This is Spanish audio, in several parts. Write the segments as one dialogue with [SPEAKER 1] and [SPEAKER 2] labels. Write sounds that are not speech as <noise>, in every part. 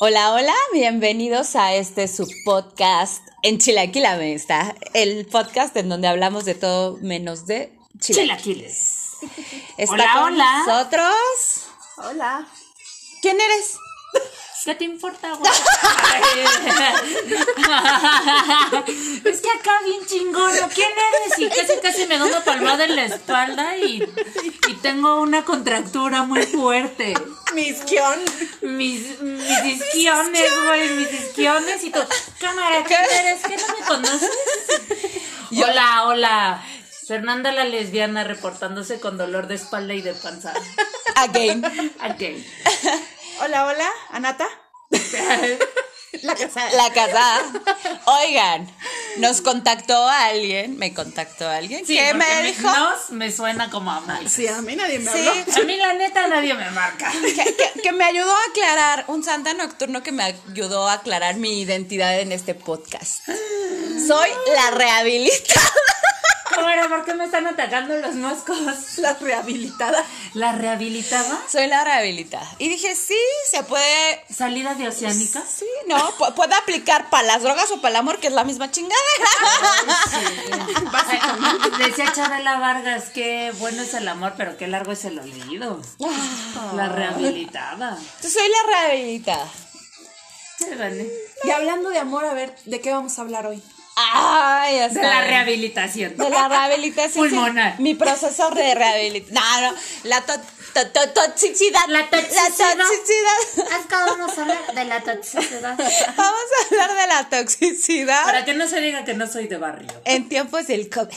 [SPEAKER 1] Hola, hola, bienvenidos a este su podcast en Chilaquila me está, el podcast en donde hablamos de todo menos de Chilaquila.
[SPEAKER 2] Chilaquiles.
[SPEAKER 1] Está
[SPEAKER 2] Hola,
[SPEAKER 1] con
[SPEAKER 2] hola.
[SPEAKER 1] nosotros.
[SPEAKER 3] Hola.
[SPEAKER 1] ¿Quién eres?
[SPEAKER 2] ¿Qué te importa, güey? es que acá bien chingón. ¿Quién eres? Y casi casi me da una palmada en la espalda y, y tengo una contractura muy fuerte.
[SPEAKER 3] Mis Kion.
[SPEAKER 2] Mis, mis isquiones, güey, mis isquiones y todo. Cámara, ¿quién eres? ¿Qué no me conoces? Hola, hola. Fernanda la lesbiana reportándose con dolor de espalda y de panza.
[SPEAKER 1] Again.
[SPEAKER 2] Ok.
[SPEAKER 3] Hola, hola. Anata. <laughs> La casada.
[SPEAKER 1] La casada. Oigan, nos contactó alguien, me contactó alguien
[SPEAKER 2] Sí,
[SPEAKER 1] que
[SPEAKER 2] porque
[SPEAKER 1] me
[SPEAKER 2] mi
[SPEAKER 1] dijo
[SPEAKER 2] Nos me suena como a mal.
[SPEAKER 3] Sí, a mí nadie me
[SPEAKER 1] Sí.
[SPEAKER 3] habló.
[SPEAKER 2] A mí la neta nadie me marca.
[SPEAKER 1] que, que- que me ayudó a aclarar, un santa nocturno que me ayudó a aclarar mi identidad en este podcast. Soy la rehabilita.
[SPEAKER 2] ¿Cómo era? ¿Por qué me están atacando los moscos?
[SPEAKER 3] La rehabilitada.
[SPEAKER 2] ¿La rehabilitaba?
[SPEAKER 1] Soy la rehabilitada. Y dije, sí, se puede Ah,
[SPEAKER 2] ¿Salida de Oceánica?
[SPEAKER 1] Sí, no, pu- puede aplicar para las drogas o para el amor, que es la misma
[SPEAKER 2] <laughs>
[SPEAKER 1] chingadera. <laughs>
[SPEAKER 2] Decía Chabela Vargas, qué bueno es el amor, pero qué largo es el olvido. La rehabilitaba.
[SPEAKER 1] Yo soy la rehabilitada.
[SPEAKER 2] Se vale.
[SPEAKER 3] Y hablando de amor, a ver, ¿de qué vamos a hablar hoy?
[SPEAKER 1] Ay, hasta
[SPEAKER 2] De la rehabilitación.
[SPEAKER 1] De la rehabilitación. sí.
[SPEAKER 2] Pulmonar.
[SPEAKER 1] mi proceso de rehabilitación. No, no. La to- to- to- toxicidad.
[SPEAKER 2] La toxicidad.
[SPEAKER 1] toxicidad.
[SPEAKER 4] vamos a hablar de la toxicidad.
[SPEAKER 1] Vamos a hablar de la toxicidad
[SPEAKER 2] Para que no se diga que no soy de barrio.
[SPEAKER 1] en tiempos del COVID.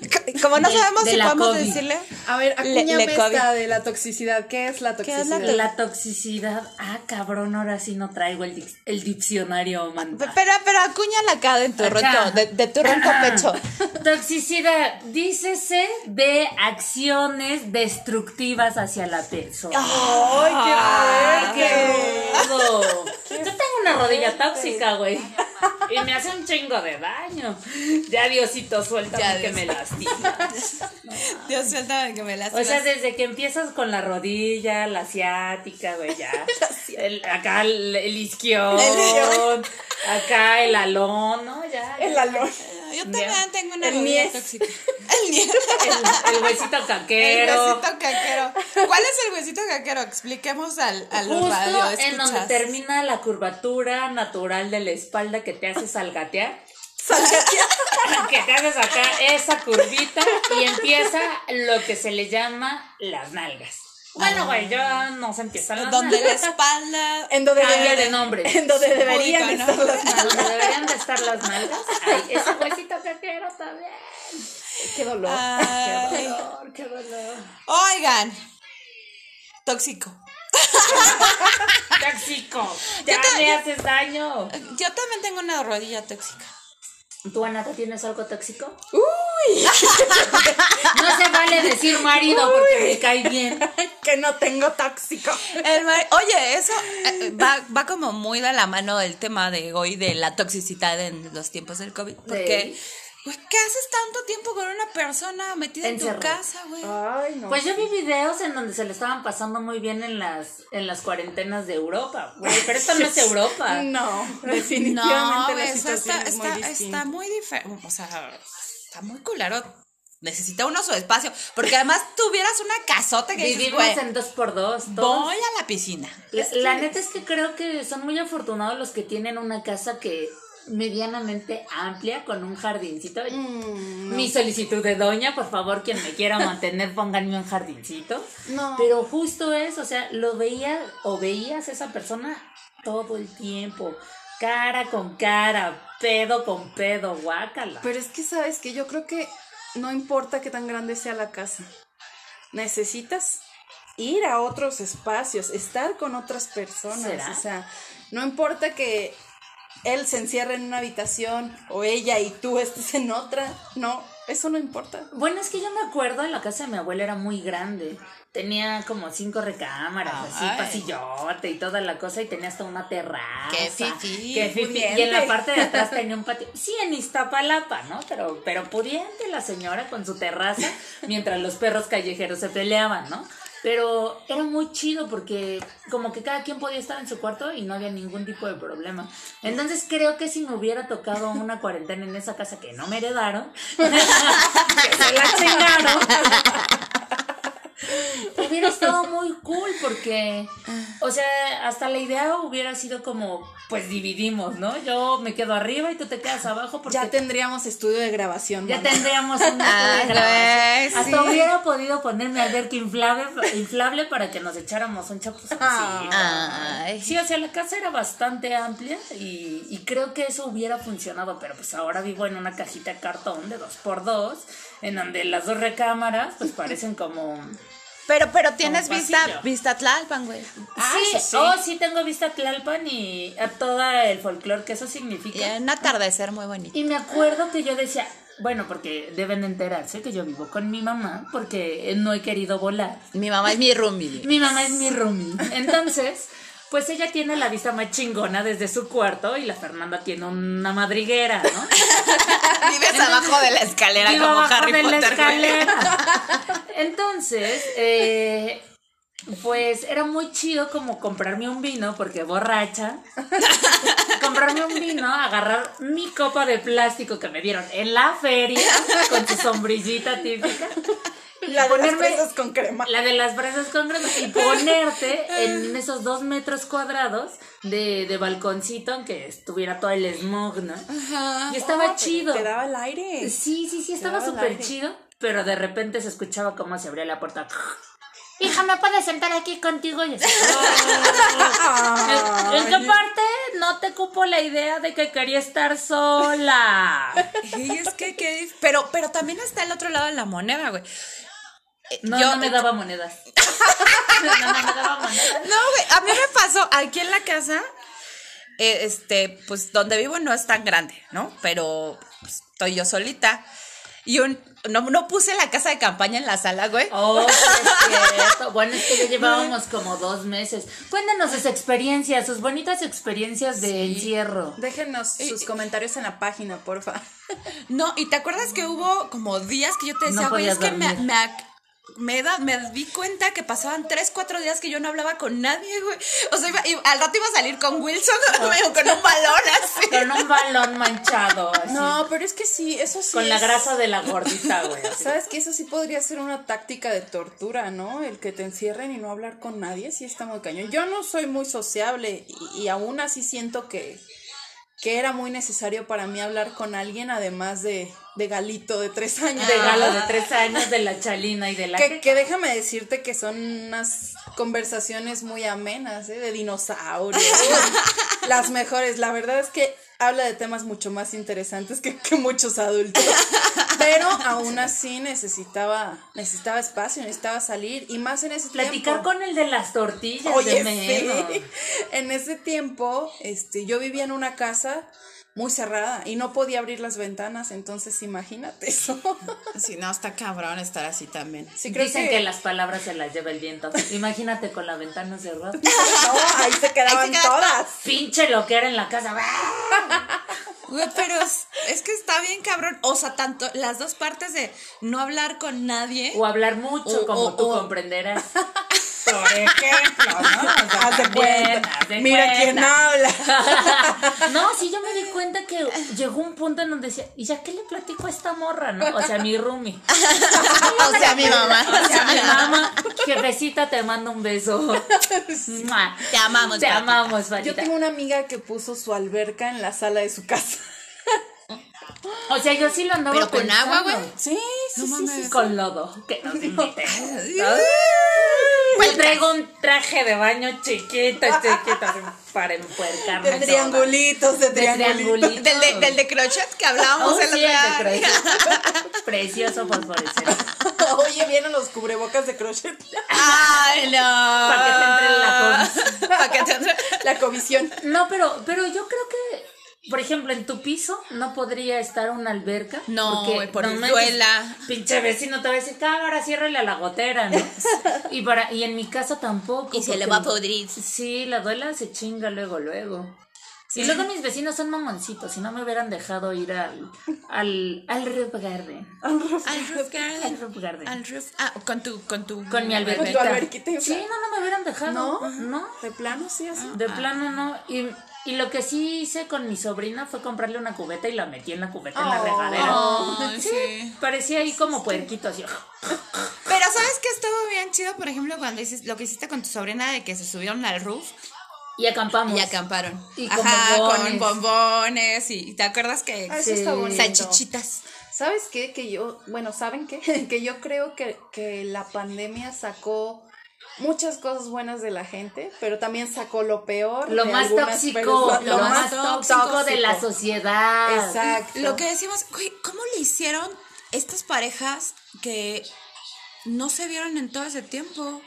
[SPEAKER 1] Co- Como no
[SPEAKER 2] De-
[SPEAKER 1] sabemos
[SPEAKER 2] de
[SPEAKER 1] si
[SPEAKER 2] la
[SPEAKER 1] podemos
[SPEAKER 2] COVID.
[SPEAKER 1] decirle.
[SPEAKER 3] A ver,
[SPEAKER 1] Le-
[SPEAKER 3] acuñame
[SPEAKER 1] le COVID.
[SPEAKER 3] esta de la toxicidad. ¿Qué es la
[SPEAKER 1] ¿Qué es
[SPEAKER 3] toxicidad?
[SPEAKER 1] la
[SPEAKER 2] De La toxicidad. Ah, cabrón, ahora sí no traigo el, dic- el diccionario, man.
[SPEAKER 1] Pero, pero acúñala acá de tu
[SPEAKER 2] Acá.
[SPEAKER 1] ronco, de, de tu ronco pecho.
[SPEAKER 2] Toxicidad, dícese de acciones destructivas hacia la persona.
[SPEAKER 3] ¡Ay, qué fuerte!
[SPEAKER 2] ¡Qué rudo! Yo tengo una rodilla tóxica, güey. Y me hace un chingo de daño. Ya Diosito, suéltame
[SPEAKER 1] Ya,
[SPEAKER 2] que
[SPEAKER 1] Dios.
[SPEAKER 2] me lastima.
[SPEAKER 1] Dios, suéltame que me las
[SPEAKER 2] O sea, desde que empiezas con la rodilla, la asiática, güey, <laughs> ya. El- acá el, el isquión. acá el alón, ¿no? Ya. ya.
[SPEAKER 3] El alón.
[SPEAKER 1] Yo
[SPEAKER 2] Ya.
[SPEAKER 1] también tengo una
[SPEAKER 3] El
[SPEAKER 1] rodilla
[SPEAKER 3] niés.
[SPEAKER 1] tóxica. <laughs> El niés.
[SPEAKER 2] El, el huesito
[SPEAKER 1] El
[SPEAKER 2] caquero.
[SPEAKER 1] huesito caquero. ¿Cuál es el huesito caquero? Expliquemos al, a los
[SPEAKER 2] Justo
[SPEAKER 1] radioescuchas.
[SPEAKER 2] en donde termina la curvatura natural de la espalda que te hace salgatear. <laughs> que te hace sacar esa curvita y empieza lo que se le llama las nalgas. Bueno, güey,
[SPEAKER 1] Ah.
[SPEAKER 2] ya no se empiezan las
[SPEAKER 1] Donde la
[SPEAKER 2] nalgas.
[SPEAKER 1] espalda.
[SPEAKER 3] En donde
[SPEAKER 2] Cambia
[SPEAKER 3] debe-
[SPEAKER 2] de nombre.
[SPEAKER 3] <laughs> En donde deberían
[SPEAKER 1] Ubica, ¿no?
[SPEAKER 3] estar
[SPEAKER 2] <laughs>
[SPEAKER 3] las
[SPEAKER 2] Donde deberían de estar las nalgas. Ay, ese huesito caquero también.
[SPEAKER 3] ¡Qué dolor!
[SPEAKER 2] Qué
[SPEAKER 1] Ay.
[SPEAKER 2] dolor, qué dolor.
[SPEAKER 1] Oigan. Tóxico.
[SPEAKER 2] Tóxico. Ya
[SPEAKER 1] te-
[SPEAKER 2] le haces daño.
[SPEAKER 1] Yo también tengo una rodilla tóxica.
[SPEAKER 2] ¿Tú, Anata, tienes algo tóxico? ¡Uy! <laughs> no se vale decir marido porque me cae bien.
[SPEAKER 3] que no tengo tóxico.
[SPEAKER 1] El mar- Oye, eso eh, va, va como muy de la mano del tema de hoy de la toxicidad en los tiempos del COVID. Porque,
[SPEAKER 2] Sí.
[SPEAKER 1] güey, ¿qué haces tanto tiempo con una persona metida en tu
[SPEAKER 2] Encerrada.
[SPEAKER 1] casa, güey?
[SPEAKER 3] Ay, no.
[SPEAKER 2] Pues yo vi videos en donde se le estaban pasando muy bien en las, en las cuarentenas de Europa. güey, pero esto no es Europa.
[SPEAKER 3] no, definitivamente la
[SPEAKER 1] güey, eso
[SPEAKER 3] situación
[SPEAKER 1] está,
[SPEAKER 3] es muy
[SPEAKER 1] está-
[SPEAKER 3] distinta.
[SPEAKER 1] está muy diferente. O sea, está muy culero. Necesita uno su espacio. Porque además tuvieras una casota que dices,
[SPEAKER 2] Vivimos
[SPEAKER 1] güey,
[SPEAKER 2] en dos por dos. todos.
[SPEAKER 1] voy a la piscina.
[SPEAKER 2] La, la neta es que creo que son muy afortunados los que tienen una casa que medianamente amplia con un jardincito. Mi solicitud de doña, por favor, quien me quiera mantener, pónganme un jardincito.
[SPEAKER 3] No.
[SPEAKER 2] Pero justo es, o sea, lo veía o veías a esa persona todo el tiempo, cara con cara, pedo con pedo, guácala.
[SPEAKER 3] Pero es que sabes que yo creo que no importa qué tan grande sea la casa. Necesitas ir a otros espacios, estar con otras personas.
[SPEAKER 2] ¿Será?
[SPEAKER 3] O sea, no importa que él se encierre en una habitación o ella y tú estés en otra. No, eso no importa.
[SPEAKER 2] Bueno, es que yo me acuerdo, la casa de mi abuela era muy grande. Tenía como cinco recámaras,
[SPEAKER 1] Ay.
[SPEAKER 2] así, pasillote y toda la cosa, y tenía hasta una terraza.
[SPEAKER 1] Qué fifí,
[SPEAKER 2] Qué fifí. Y en
[SPEAKER 3] pudiente.
[SPEAKER 2] la parte de atrás tenía un patio. Sí, en Iztapalapa, ¿no? Pero, pero pudiente la señora con su terraza, mientras los perros callejeros se peleaban, ¿no? Pero era muy chido porque como que cada quien podía estar en su cuarto y no había ningún tipo de problema. Entonces creo que si me hubiera tocado una cuarentena en esa casa que no me heredaron, <laughs> que se la chingaron, hubiera estado muy cool porque, o sea, hasta la idea hubiera sido como, pues dividimos, ¿no? Yo me quedo arriba y tú te quedas abajo porque
[SPEAKER 3] Ya tendríamos estudio de grabación.
[SPEAKER 2] ya
[SPEAKER 3] mamá.
[SPEAKER 2] tendríamos un
[SPEAKER 1] <laughs> Ah, güey,
[SPEAKER 2] Hasta
[SPEAKER 1] sí.
[SPEAKER 2] hubiera podido ponerme al ver que inflable, inflable para que nos echáramos un chapuzoncito.
[SPEAKER 1] Ah, Ay.
[SPEAKER 2] Sí, o sea, la casa era bastante amplia y, y creo que eso hubiera funcionado, pero pues ahora vivo en una cajita de cartón de 2x2, en donde las dos recámaras pues parecen como...
[SPEAKER 1] Pero, pero tienes
[SPEAKER 2] Como
[SPEAKER 1] vista,
[SPEAKER 2] pasillo.
[SPEAKER 1] vista Tlalpan, güey.
[SPEAKER 2] sí,
[SPEAKER 3] eso sí.
[SPEAKER 2] oh, sí tengo vista a Tlalpan y a todo el folclore que eso significa.
[SPEAKER 1] Y un atardecer muy bonito.
[SPEAKER 2] Y me acuerdo que yo decía, bueno, porque deben enterarse que yo vivo con mi mamá porque no he querido volar.
[SPEAKER 1] Mi mamá es mi roomie.
[SPEAKER 2] Mi mamá es mi roomie. Entonces, pues ella tiene la vista más chingona desde su cuarto y la Fernanda tiene una madriguera, ¿no?
[SPEAKER 1] Vives abajo de la escalera
[SPEAKER 2] Vivo
[SPEAKER 1] como
[SPEAKER 2] abajo
[SPEAKER 1] Harry
[SPEAKER 2] de la
[SPEAKER 1] Potter. güey. <laughs>
[SPEAKER 2] escalera. Entonces, eh, pues era muy chido como comprarme un vino, porque borracha. <laughs> comprarme un vino, agarrar mi copa de plástico que me dieron en la feria, con su sombrillita típica. y
[SPEAKER 3] La de las
[SPEAKER 2] ponerme-
[SPEAKER 3] fresas con crema.
[SPEAKER 2] la de las brasas con crema y ponerte en esos dos metros cuadrados de, de balconcito, aunque estuviera todo el smog, ¿no? Y estaba
[SPEAKER 3] Oh, te-
[SPEAKER 2] chido.
[SPEAKER 3] Te daba el aire.
[SPEAKER 2] Sí, sí, sí, estaba
[SPEAKER 3] daba el
[SPEAKER 2] súper
[SPEAKER 3] aire.
[SPEAKER 2] chido, pero de repente se escuchaba cómo se abría la puerta.
[SPEAKER 4] <laughs> Hija, ¿me puedes sentar aquí contigo? Y así,
[SPEAKER 2] <laughs>
[SPEAKER 3] Ah,
[SPEAKER 2] En qué parte no te cupo la idea de que quería estar sola.
[SPEAKER 1] <laughs> Y es que, qué dif- pero, pero también está el otro lado de la moneda, güey. Eh,
[SPEAKER 2] No,
[SPEAKER 1] yo-
[SPEAKER 2] no me daba monedas. No, no, no me daba monedas.
[SPEAKER 1] No, güey, a mí me pasó aquí en la casa, eh, este, pues donde vivo no es tan grande, ¿no? Pero pues, estoy yo solita. Y un, no, no puse la casa de campaña en la sala, güey.
[SPEAKER 2] Oh, sí es cierto. Bueno, es que ya llevábamos como dos meses. Cuéntanos sus experiencias, sus bonitas experiencias de encierro.
[SPEAKER 3] Déjenos sus comentarios en la página, porfa.
[SPEAKER 1] No, y te acuerdas que hubo como días que yo te decía,
[SPEAKER 2] No
[SPEAKER 1] güey, es
[SPEAKER 2] podías
[SPEAKER 1] que me,
[SPEAKER 2] dormir.
[SPEAKER 1] me ac- me da- me di cuenta que pasaban tres, cuatro días que yo no hablaba con nadie, güey. O sea, iba- iba- al rato iba a salir con Wilson, <laughs> güey, o con un balón así.
[SPEAKER 2] Con un balón manchado, así.
[SPEAKER 3] No, pero es que sí, eso sí.
[SPEAKER 2] con la
[SPEAKER 3] es-
[SPEAKER 2] grasa de la gordita, güey. así.
[SPEAKER 3] ¿Sabes que Eso sí podría ser una táctica de tortura, ¿no? El que te encierren y no hablar con nadie, sí está muy cañón. Yo no soy muy sociable y, y aún así siento que, que era muy necesario para mí hablar con alguien, además de, de Galito de tres años.
[SPEAKER 2] De galo
[SPEAKER 3] Ah.
[SPEAKER 2] de tres años, de la chalina y de la
[SPEAKER 3] Que, que déjame decirte que son unas conversaciones muy amenas, ¿eh? De
[SPEAKER 2] <laughs>
[SPEAKER 3] dinosaurios. las mejores. La verdad es que habla de temas mucho más interesantes que, que muchos adultos. Pero aún así necesitaba, necesitaba espacio, necesitaba salir. Y más en ese
[SPEAKER 2] Platicar
[SPEAKER 3] tiempo.
[SPEAKER 2] con el de las tortillas
[SPEAKER 3] Oye,
[SPEAKER 2] de menos.
[SPEAKER 3] sí. En ese tiempo, este, yo vivía en una casa muy cerrada y no podía abrir las ventanas, entonces imagínate eso. <laughs>
[SPEAKER 1] Sí, no, está cabrón estar así también.
[SPEAKER 3] Sí, creo
[SPEAKER 2] Dicen que... las palabras se las lleva el viento. Imagínate con la ventana cerrada.
[SPEAKER 3] No, <laughs> ahí se quedaban
[SPEAKER 1] quedan
[SPEAKER 3] todas.
[SPEAKER 2] Pinche lo que era en la casa. ¡ah!
[SPEAKER 1] Güey, pero es, es que está bien cabrón. O sea, tanto las dos partes de no hablar con nadie.
[SPEAKER 2] O hablar mucho,
[SPEAKER 1] O-
[SPEAKER 2] como
[SPEAKER 1] o-
[SPEAKER 2] tú
[SPEAKER 1] o-
[SPEAKER 2] comprenderás. Por ejemplo, ¿no? O sea,
[SPEAKER 3] Ah, Haz de
[SPEAKER 2] también,
[SPEAKER 3] cuenta.
[SPEAKER 2] haz de
[SPEAKER 3] Mira
[SPEAKER 2] cuenta.
[SPEAKER 3] quién habla.
[SPEAKER 2] <laughs> No, sí, yo me di cuenta que llegó un punto en donde decía, ¿y ya qué le platico a esta morra, no? O sea, a mi roomie.
[SPEAKER 1] <laughs> o sea, mi mamá.
[SPEAKER 2] <laughs> O sea, mi mamá, jefecita, te mando un beso. Mua.
[SPEAKER 1] Te amamos,
[SPEAKER 2] Te
[SPEAKER 1] Patita.
[SPEAKER 2] amamos,
[SPEAKER 3] Yo
[SPEAKER 2] Patita.
[SPEAKER 3] tengo una amiga que puso su alberca en la sala de su casa.
[SPEAKER 2] O sea, yo sí lo andaba
[SPEAKER 1] Pero con agua,
[SPEAKER 2] pensando.
[SPEAKER 1] güey.
[SPEAKER 3] <laughs> Sí, sí, sí, sí, sí.
[SPEAKER 2] Con lodo, que nos invite.
[SPEAKER 1] Vueltas.
[SPEAKER 2] Yo traigo un traje de baño chiquito, este, chiquito, así, para empuercarme.
[SPEAKER 3] De triangulitos, Ah, de
[SPEAKER 2] De triangulito.
[SPEAKER 3] triangulitos.
[SPEAKER 1] Del de, del de crochet que hablábamos
[SPEAKER 2] Oh,
[SPEAKER 1] el
[SPEAKER 2] sí,
[SPEAKER 1] otro día.
[SPEAKER 2] el de crochet. <laughs> Precioso fosforescente.
[SPEAKER 3] <laughs> Oye, vieron los cubrebocas de crochet. <laughs>
[SPEAKER 1] Ay, no.
[SPEAKER 2] Para que te
[SPEAKER 1] <laughs>
[SPEAKER 2] entre la
[SPEAKER 1] Para que te entre.
[SPEAKER 3] La comisión.
[SPEAKER 2] No, pero, pero yo creo que, por ejemplo, en tu piso no podría estar una alberca.
[SPEAKER 1] No, güey, por
[SPEAKER 2] manches,
[SPEAKER 1] duela.
[SPEAKER 2] Pinche vecino te va a decir, cámara, ciérrale a la
[SPEAKER 1] <laughs>
[SPEAKER 2] gotera, ¿no? y, para, y en mi casa tampoco.
[SPEAKER 1] Y se le
[SPEAKER 2] porque-
[SPEAKER 1] va a podrir.
[SPEAKER 2] Sí, la duela se chinga luego, luego. Y luego mis vecinos son mamoncitos, si no me hubieran dejado ir al, al, al Roof Garden.
[SPEAKER 1] Al roof
[SPEAKER 2] Al
[SPEAKER 1] garden.
[SPEAKER 2] Roof Garden.
[SPEAKER 1] Al roof. Ah, con tu. Con, tu,
[SPEAKER 2] Con mi alberca.
[SPEAKER 3] Con Pues tu alberquita
[SPEAKER 2] Sí,
[SPEAKER 3] infla-
[SPEAKER 2] no, no me hubieran dejado.
[SPEAKER 3] ¿No?
[SPEAKER 2] No,
[SPEAKER 3] De plano, sí, así.
[SPEAKER 2] de plano no. Y, y lo que sí hice con mi sobrina fue comprarle una cubeta y la metí en la cubeta en la
[SPEAKER 3] Oh.
[SPEAKER 2] regadera.
[SPEAKER 1] Ay, sí.
[SPEAKER 2] Parecía ahí como puerquito así.
[SPEAKER 1] Pero sabes que estuvo bien chido, por ejemplo, cuando hiciste lo que hiciste con tu sobrina de que se subieron al roof
[SPEAKER 2] Y acampamos.
[SPEAKER 1] Pues, y acamparon.
[SPEAKER 2] Y con
[SPEAKER 1] Ajá,
[SPEAKER 2] bombones.
[SPEAKER 1] con bombones y y te acuerdas que
[SPEAKER 3] Ah, eso está
[SPEAKER 2] Sí.
[SPEAKER 3] bonito.
[SPEAKER 1] salchichitas.
[SPEAKER 3] ¿Sabes qué? Que yo, bueno, ¿saben qué? <laughs> que yo creo que, que la pandemia sacó muchas cosas buenas de la gente, pero también sacó lo peor.
[SPEAKER 2] Lo
[SPEAKER 3] de
[SPEAKER 2] más
[SPEAKER 3] algunas
[SPEAKER 2] tóxico,
[SPEAKER 3] personas.
[SPEAKER 2] lo, más tóxico, de la sociedad.
[SPEAKER 3] Exacto.
[SPEAKER 1] Lo que decimos, güey, ¿cómo le hicieron estas parejas que no se vieron en todo ese tiempo?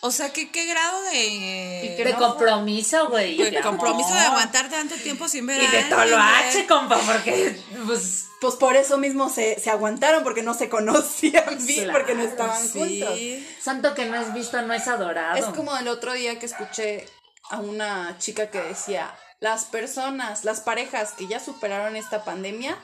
[SPEAKER 1] O sea, ¿qué, qué grado
[SPEAKER 3] Y
[SPEAKER 1] de,
[SPEAKER 3] que
[SPEAKER 2] De
[SPEAKER 3] no.
[SPEAKER 2] compromiso, güey.
[SPEAKER 1] de compromiso de
[SPEAKER 2] amor.
[SPEAKER 1] aguantar tanto tiempo sin ver
[SPEAKER 2] Y de
[SPEAKER 1] a
[SPEAKER 2] tolo
[SPEAKER 1] alguien,
[SPEAKER 2] H,
[SPEAKER 1] güey?
[SPEAKER 2] compa, porque pues
[SPEAKER 3] Pues por eso mismo se, se aguantaron, porque no se conocían <laughs> bien,
[SPEAKER 2] Claro,
[SPEAKER 3] porque no estaban juntos.
[SPEAKER 1] Sí.
[SPEAKER 2] santo que no es visto no es adorado.
[SPEAKER 3] Es como el otro día que escuché a una chica que decía, las personas, las parejas que ya superaron esta pandemia,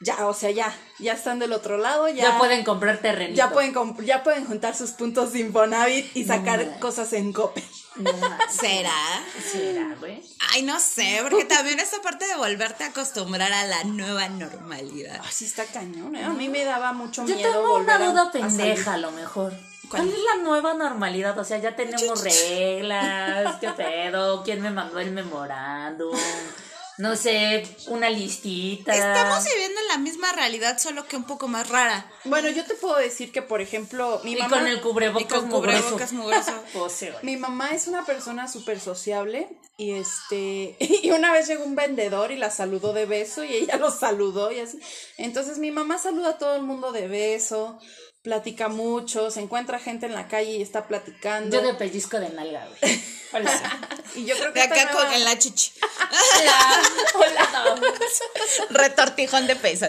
[SPEAKER 3] ya, o sea, ya, ya están del otro lado, ya,
[SPEAKER 2] ya, pueden comprar terrenito.
[SPEAKER 3] ya pueden comp- ya pueden juntar sus puntos de Infonavit y sacar
[SPEAKER 2] mames.
[SPEAKER 3] cosas en Copen.
[SPEAKER 2] No
[SPEAKER 3] <laughs>
[SPEAKER 2] mames.
[SPEAKER 1] ¿Será?
[SPEAKER 2] Será, güey.
[SPEAKER 1] Ay, no sé, porque también esta parte de volverte a acostumbrar a la nueva normalidad.
[SPEAKER 3] Así Ah, está cañón, ¿eh? A mí me daba mucho
[SPEAKER 2] Yo
[SPEAKER 3] miedo
[SPEAKER 2] tengo una
[SPEAKER 3] volver a-
[SPEAKER 2] duda
[SPEAKER 3] a
[SPEAKER 2] pendeja, a lo mejor. ¿Cuál?
[SPEAKER 1] ¿Cuál?
[SPEAKER 2] es la nueva normalidad? O sea, ya tenemos reglas, qué pedo, quién me mandó el memorándum, no sé, una listita.
[SPEAKER 1] Estamos viviendo la misma realidad, solo que un poco más rara.
[SPEAKER 3] salir. Bueno, yo te puedo decir que, por ejemplo, mi
[SPEAKER 2] y
[SPEAKER 3] mamá...
[SPEAKER 2] con el
[SPEAKER 1] Y
[SPEAKER 2] cubrebocas
[SPEAKER 1] con
[SPEAKER 2] mugroso. <laughs>
[SPEAKER 1] cubrebocas
[SPEAKER 3] <laughs>
[SPEAKER 1] mugroso.
[SPEAKER 2] O sea, güey.
[SPEAKER 3] Mi mamá es una persona súper sociable y este <laughs> y una vez llegó un vendedor y la saludó de beso y ella lo saludó y así. Entonces mi mamá saluda a todo el mundo de beso, platica mucho, se encuentra gente en la calle y está platicando.
[SPEAKER 2] Yo de pellizco de nalga, <laughs> güey. Hola.
[SPEAKER 3] Y yo creo que
[SPEAKER 1] De acá
[SPEAKER 3] esta
[SPEAKER 1] con,
[SPEAKER 3] nueva-
[SPEAKER 1] en la chichi.
[SPEAKER 2] Hola.
[SPEAKER 1] Retortijón de peso.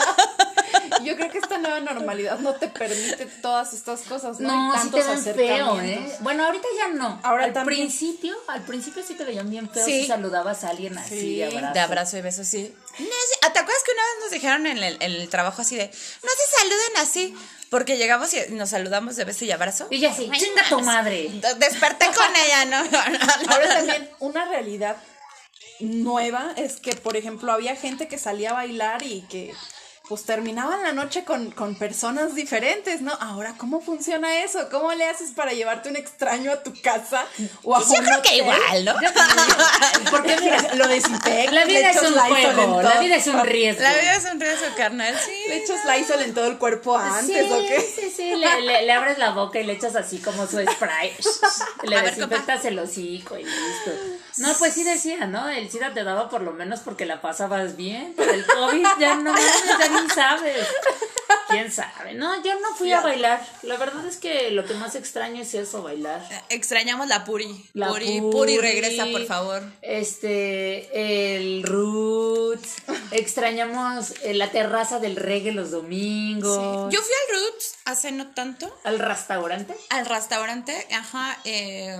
[SPEAKER 3] <laughs> yo creo que esta nueva normalidad no te permite todas estas cosas, ¿no?
[SPEAKER 2] No,
[SPEAKER 3] Y
[SPEAKER 2] sí te ven feo, ¿eh?
[SPEAKER 3] acercamientos.
[SPEAKER 2] Bueno, ahorita ya no.
[SPEAKER 3] Ahora
[SPEAKER 2] al
[SPEAKER 3] también.
[SPEAKER 2] principio, al principio sí te veían bien feo
[SPEAKER 1] Sí.
[SPEAKER 2] si saludabas a alguien así
[SPEAKER 3] Sí,
[SPEAKER 2] de abrazo.
[SPEAKER 1] De abrazo y beso, sí. No sé, ¿Te acuerdas que una vez nos dijeron en el, en el trabajo así de, no se saluden así? Porque llegamos y nos saludamos de beso y abrazo.
[SPEAKER 2] Y ya sí, chinga tu madre.
[SPEAKER 1] D- Desperté con ella,
[SPEAKER 2] <laughs>
[SPEAKER 1] ¿no? <laughs>
[SPEAKER 3] Ahora también una realidad nueva es que, por ejemplo, había gente que salía a bailar y que pues terminaban la noche con, con personas diferentes, ¿no? Ahora, ¿cómo funciona eso? ¿Cómo le haces para llevarte un extraño a tu casa? O a
[SPEAKER 1] Yo creo que igual, ¿no?
[SPEAKER 3] Porque mira, lo desinfectas.
[SPEAKER 2] La vida
[SPEAKER 3] le
[SPEAKER 2] es
[SPEAKER 3] echas
[SPEAKER 2] un
[SPEAKER 3] Lysol en
[SPEAKER 2] juego,
[SPEAKER 3] todo-
[SPEAKER 2] la vida es un
[SPEAKER 1] <laughs>
[SPEAKER 2] riesgo.
[SPEAKER 1] La vida es un riesgo, carnal, sí.
[SPEAKER 3] Le echas Lysol en todo el cuerpo antes,
[SPEAKER 2] sí,
[SPEAKER 3] ¿o qué?
[SPEAKER 2] sí, sí, le, le- le abres la boca y le echas así como su spray.
[SPEAKER 1] A
[SPEAKER 2] le
[SPEAKER 1] ver,
[SPEAKER 2] desinfectas el hocico y listo. No, pues sí decía, ¿no? El SIDA te daba por lo menos porque la pasabas bien. Pero el COVID ya no mames, ya ni sabes. ¿Quién sabe? No, yo no fui a bailar. La verdad es que lo que más extraño es eso, bailar.
[SPEAKER 1] <laughs> Extrañamos la Puri.
[SPEAKER 2] La
[SPEAKER 1] puri, puri. regresa, por favor.
[SPEAKER 2] Este, el Roots. Extrañamos eh, la terraza del reggae los domingos.
[SPEAKER 1] Yo fui al Roots hace no tanto,
[SPEAKER 2] al restaurante.
[SPEAKER 1] al restaurante, ajá, eh,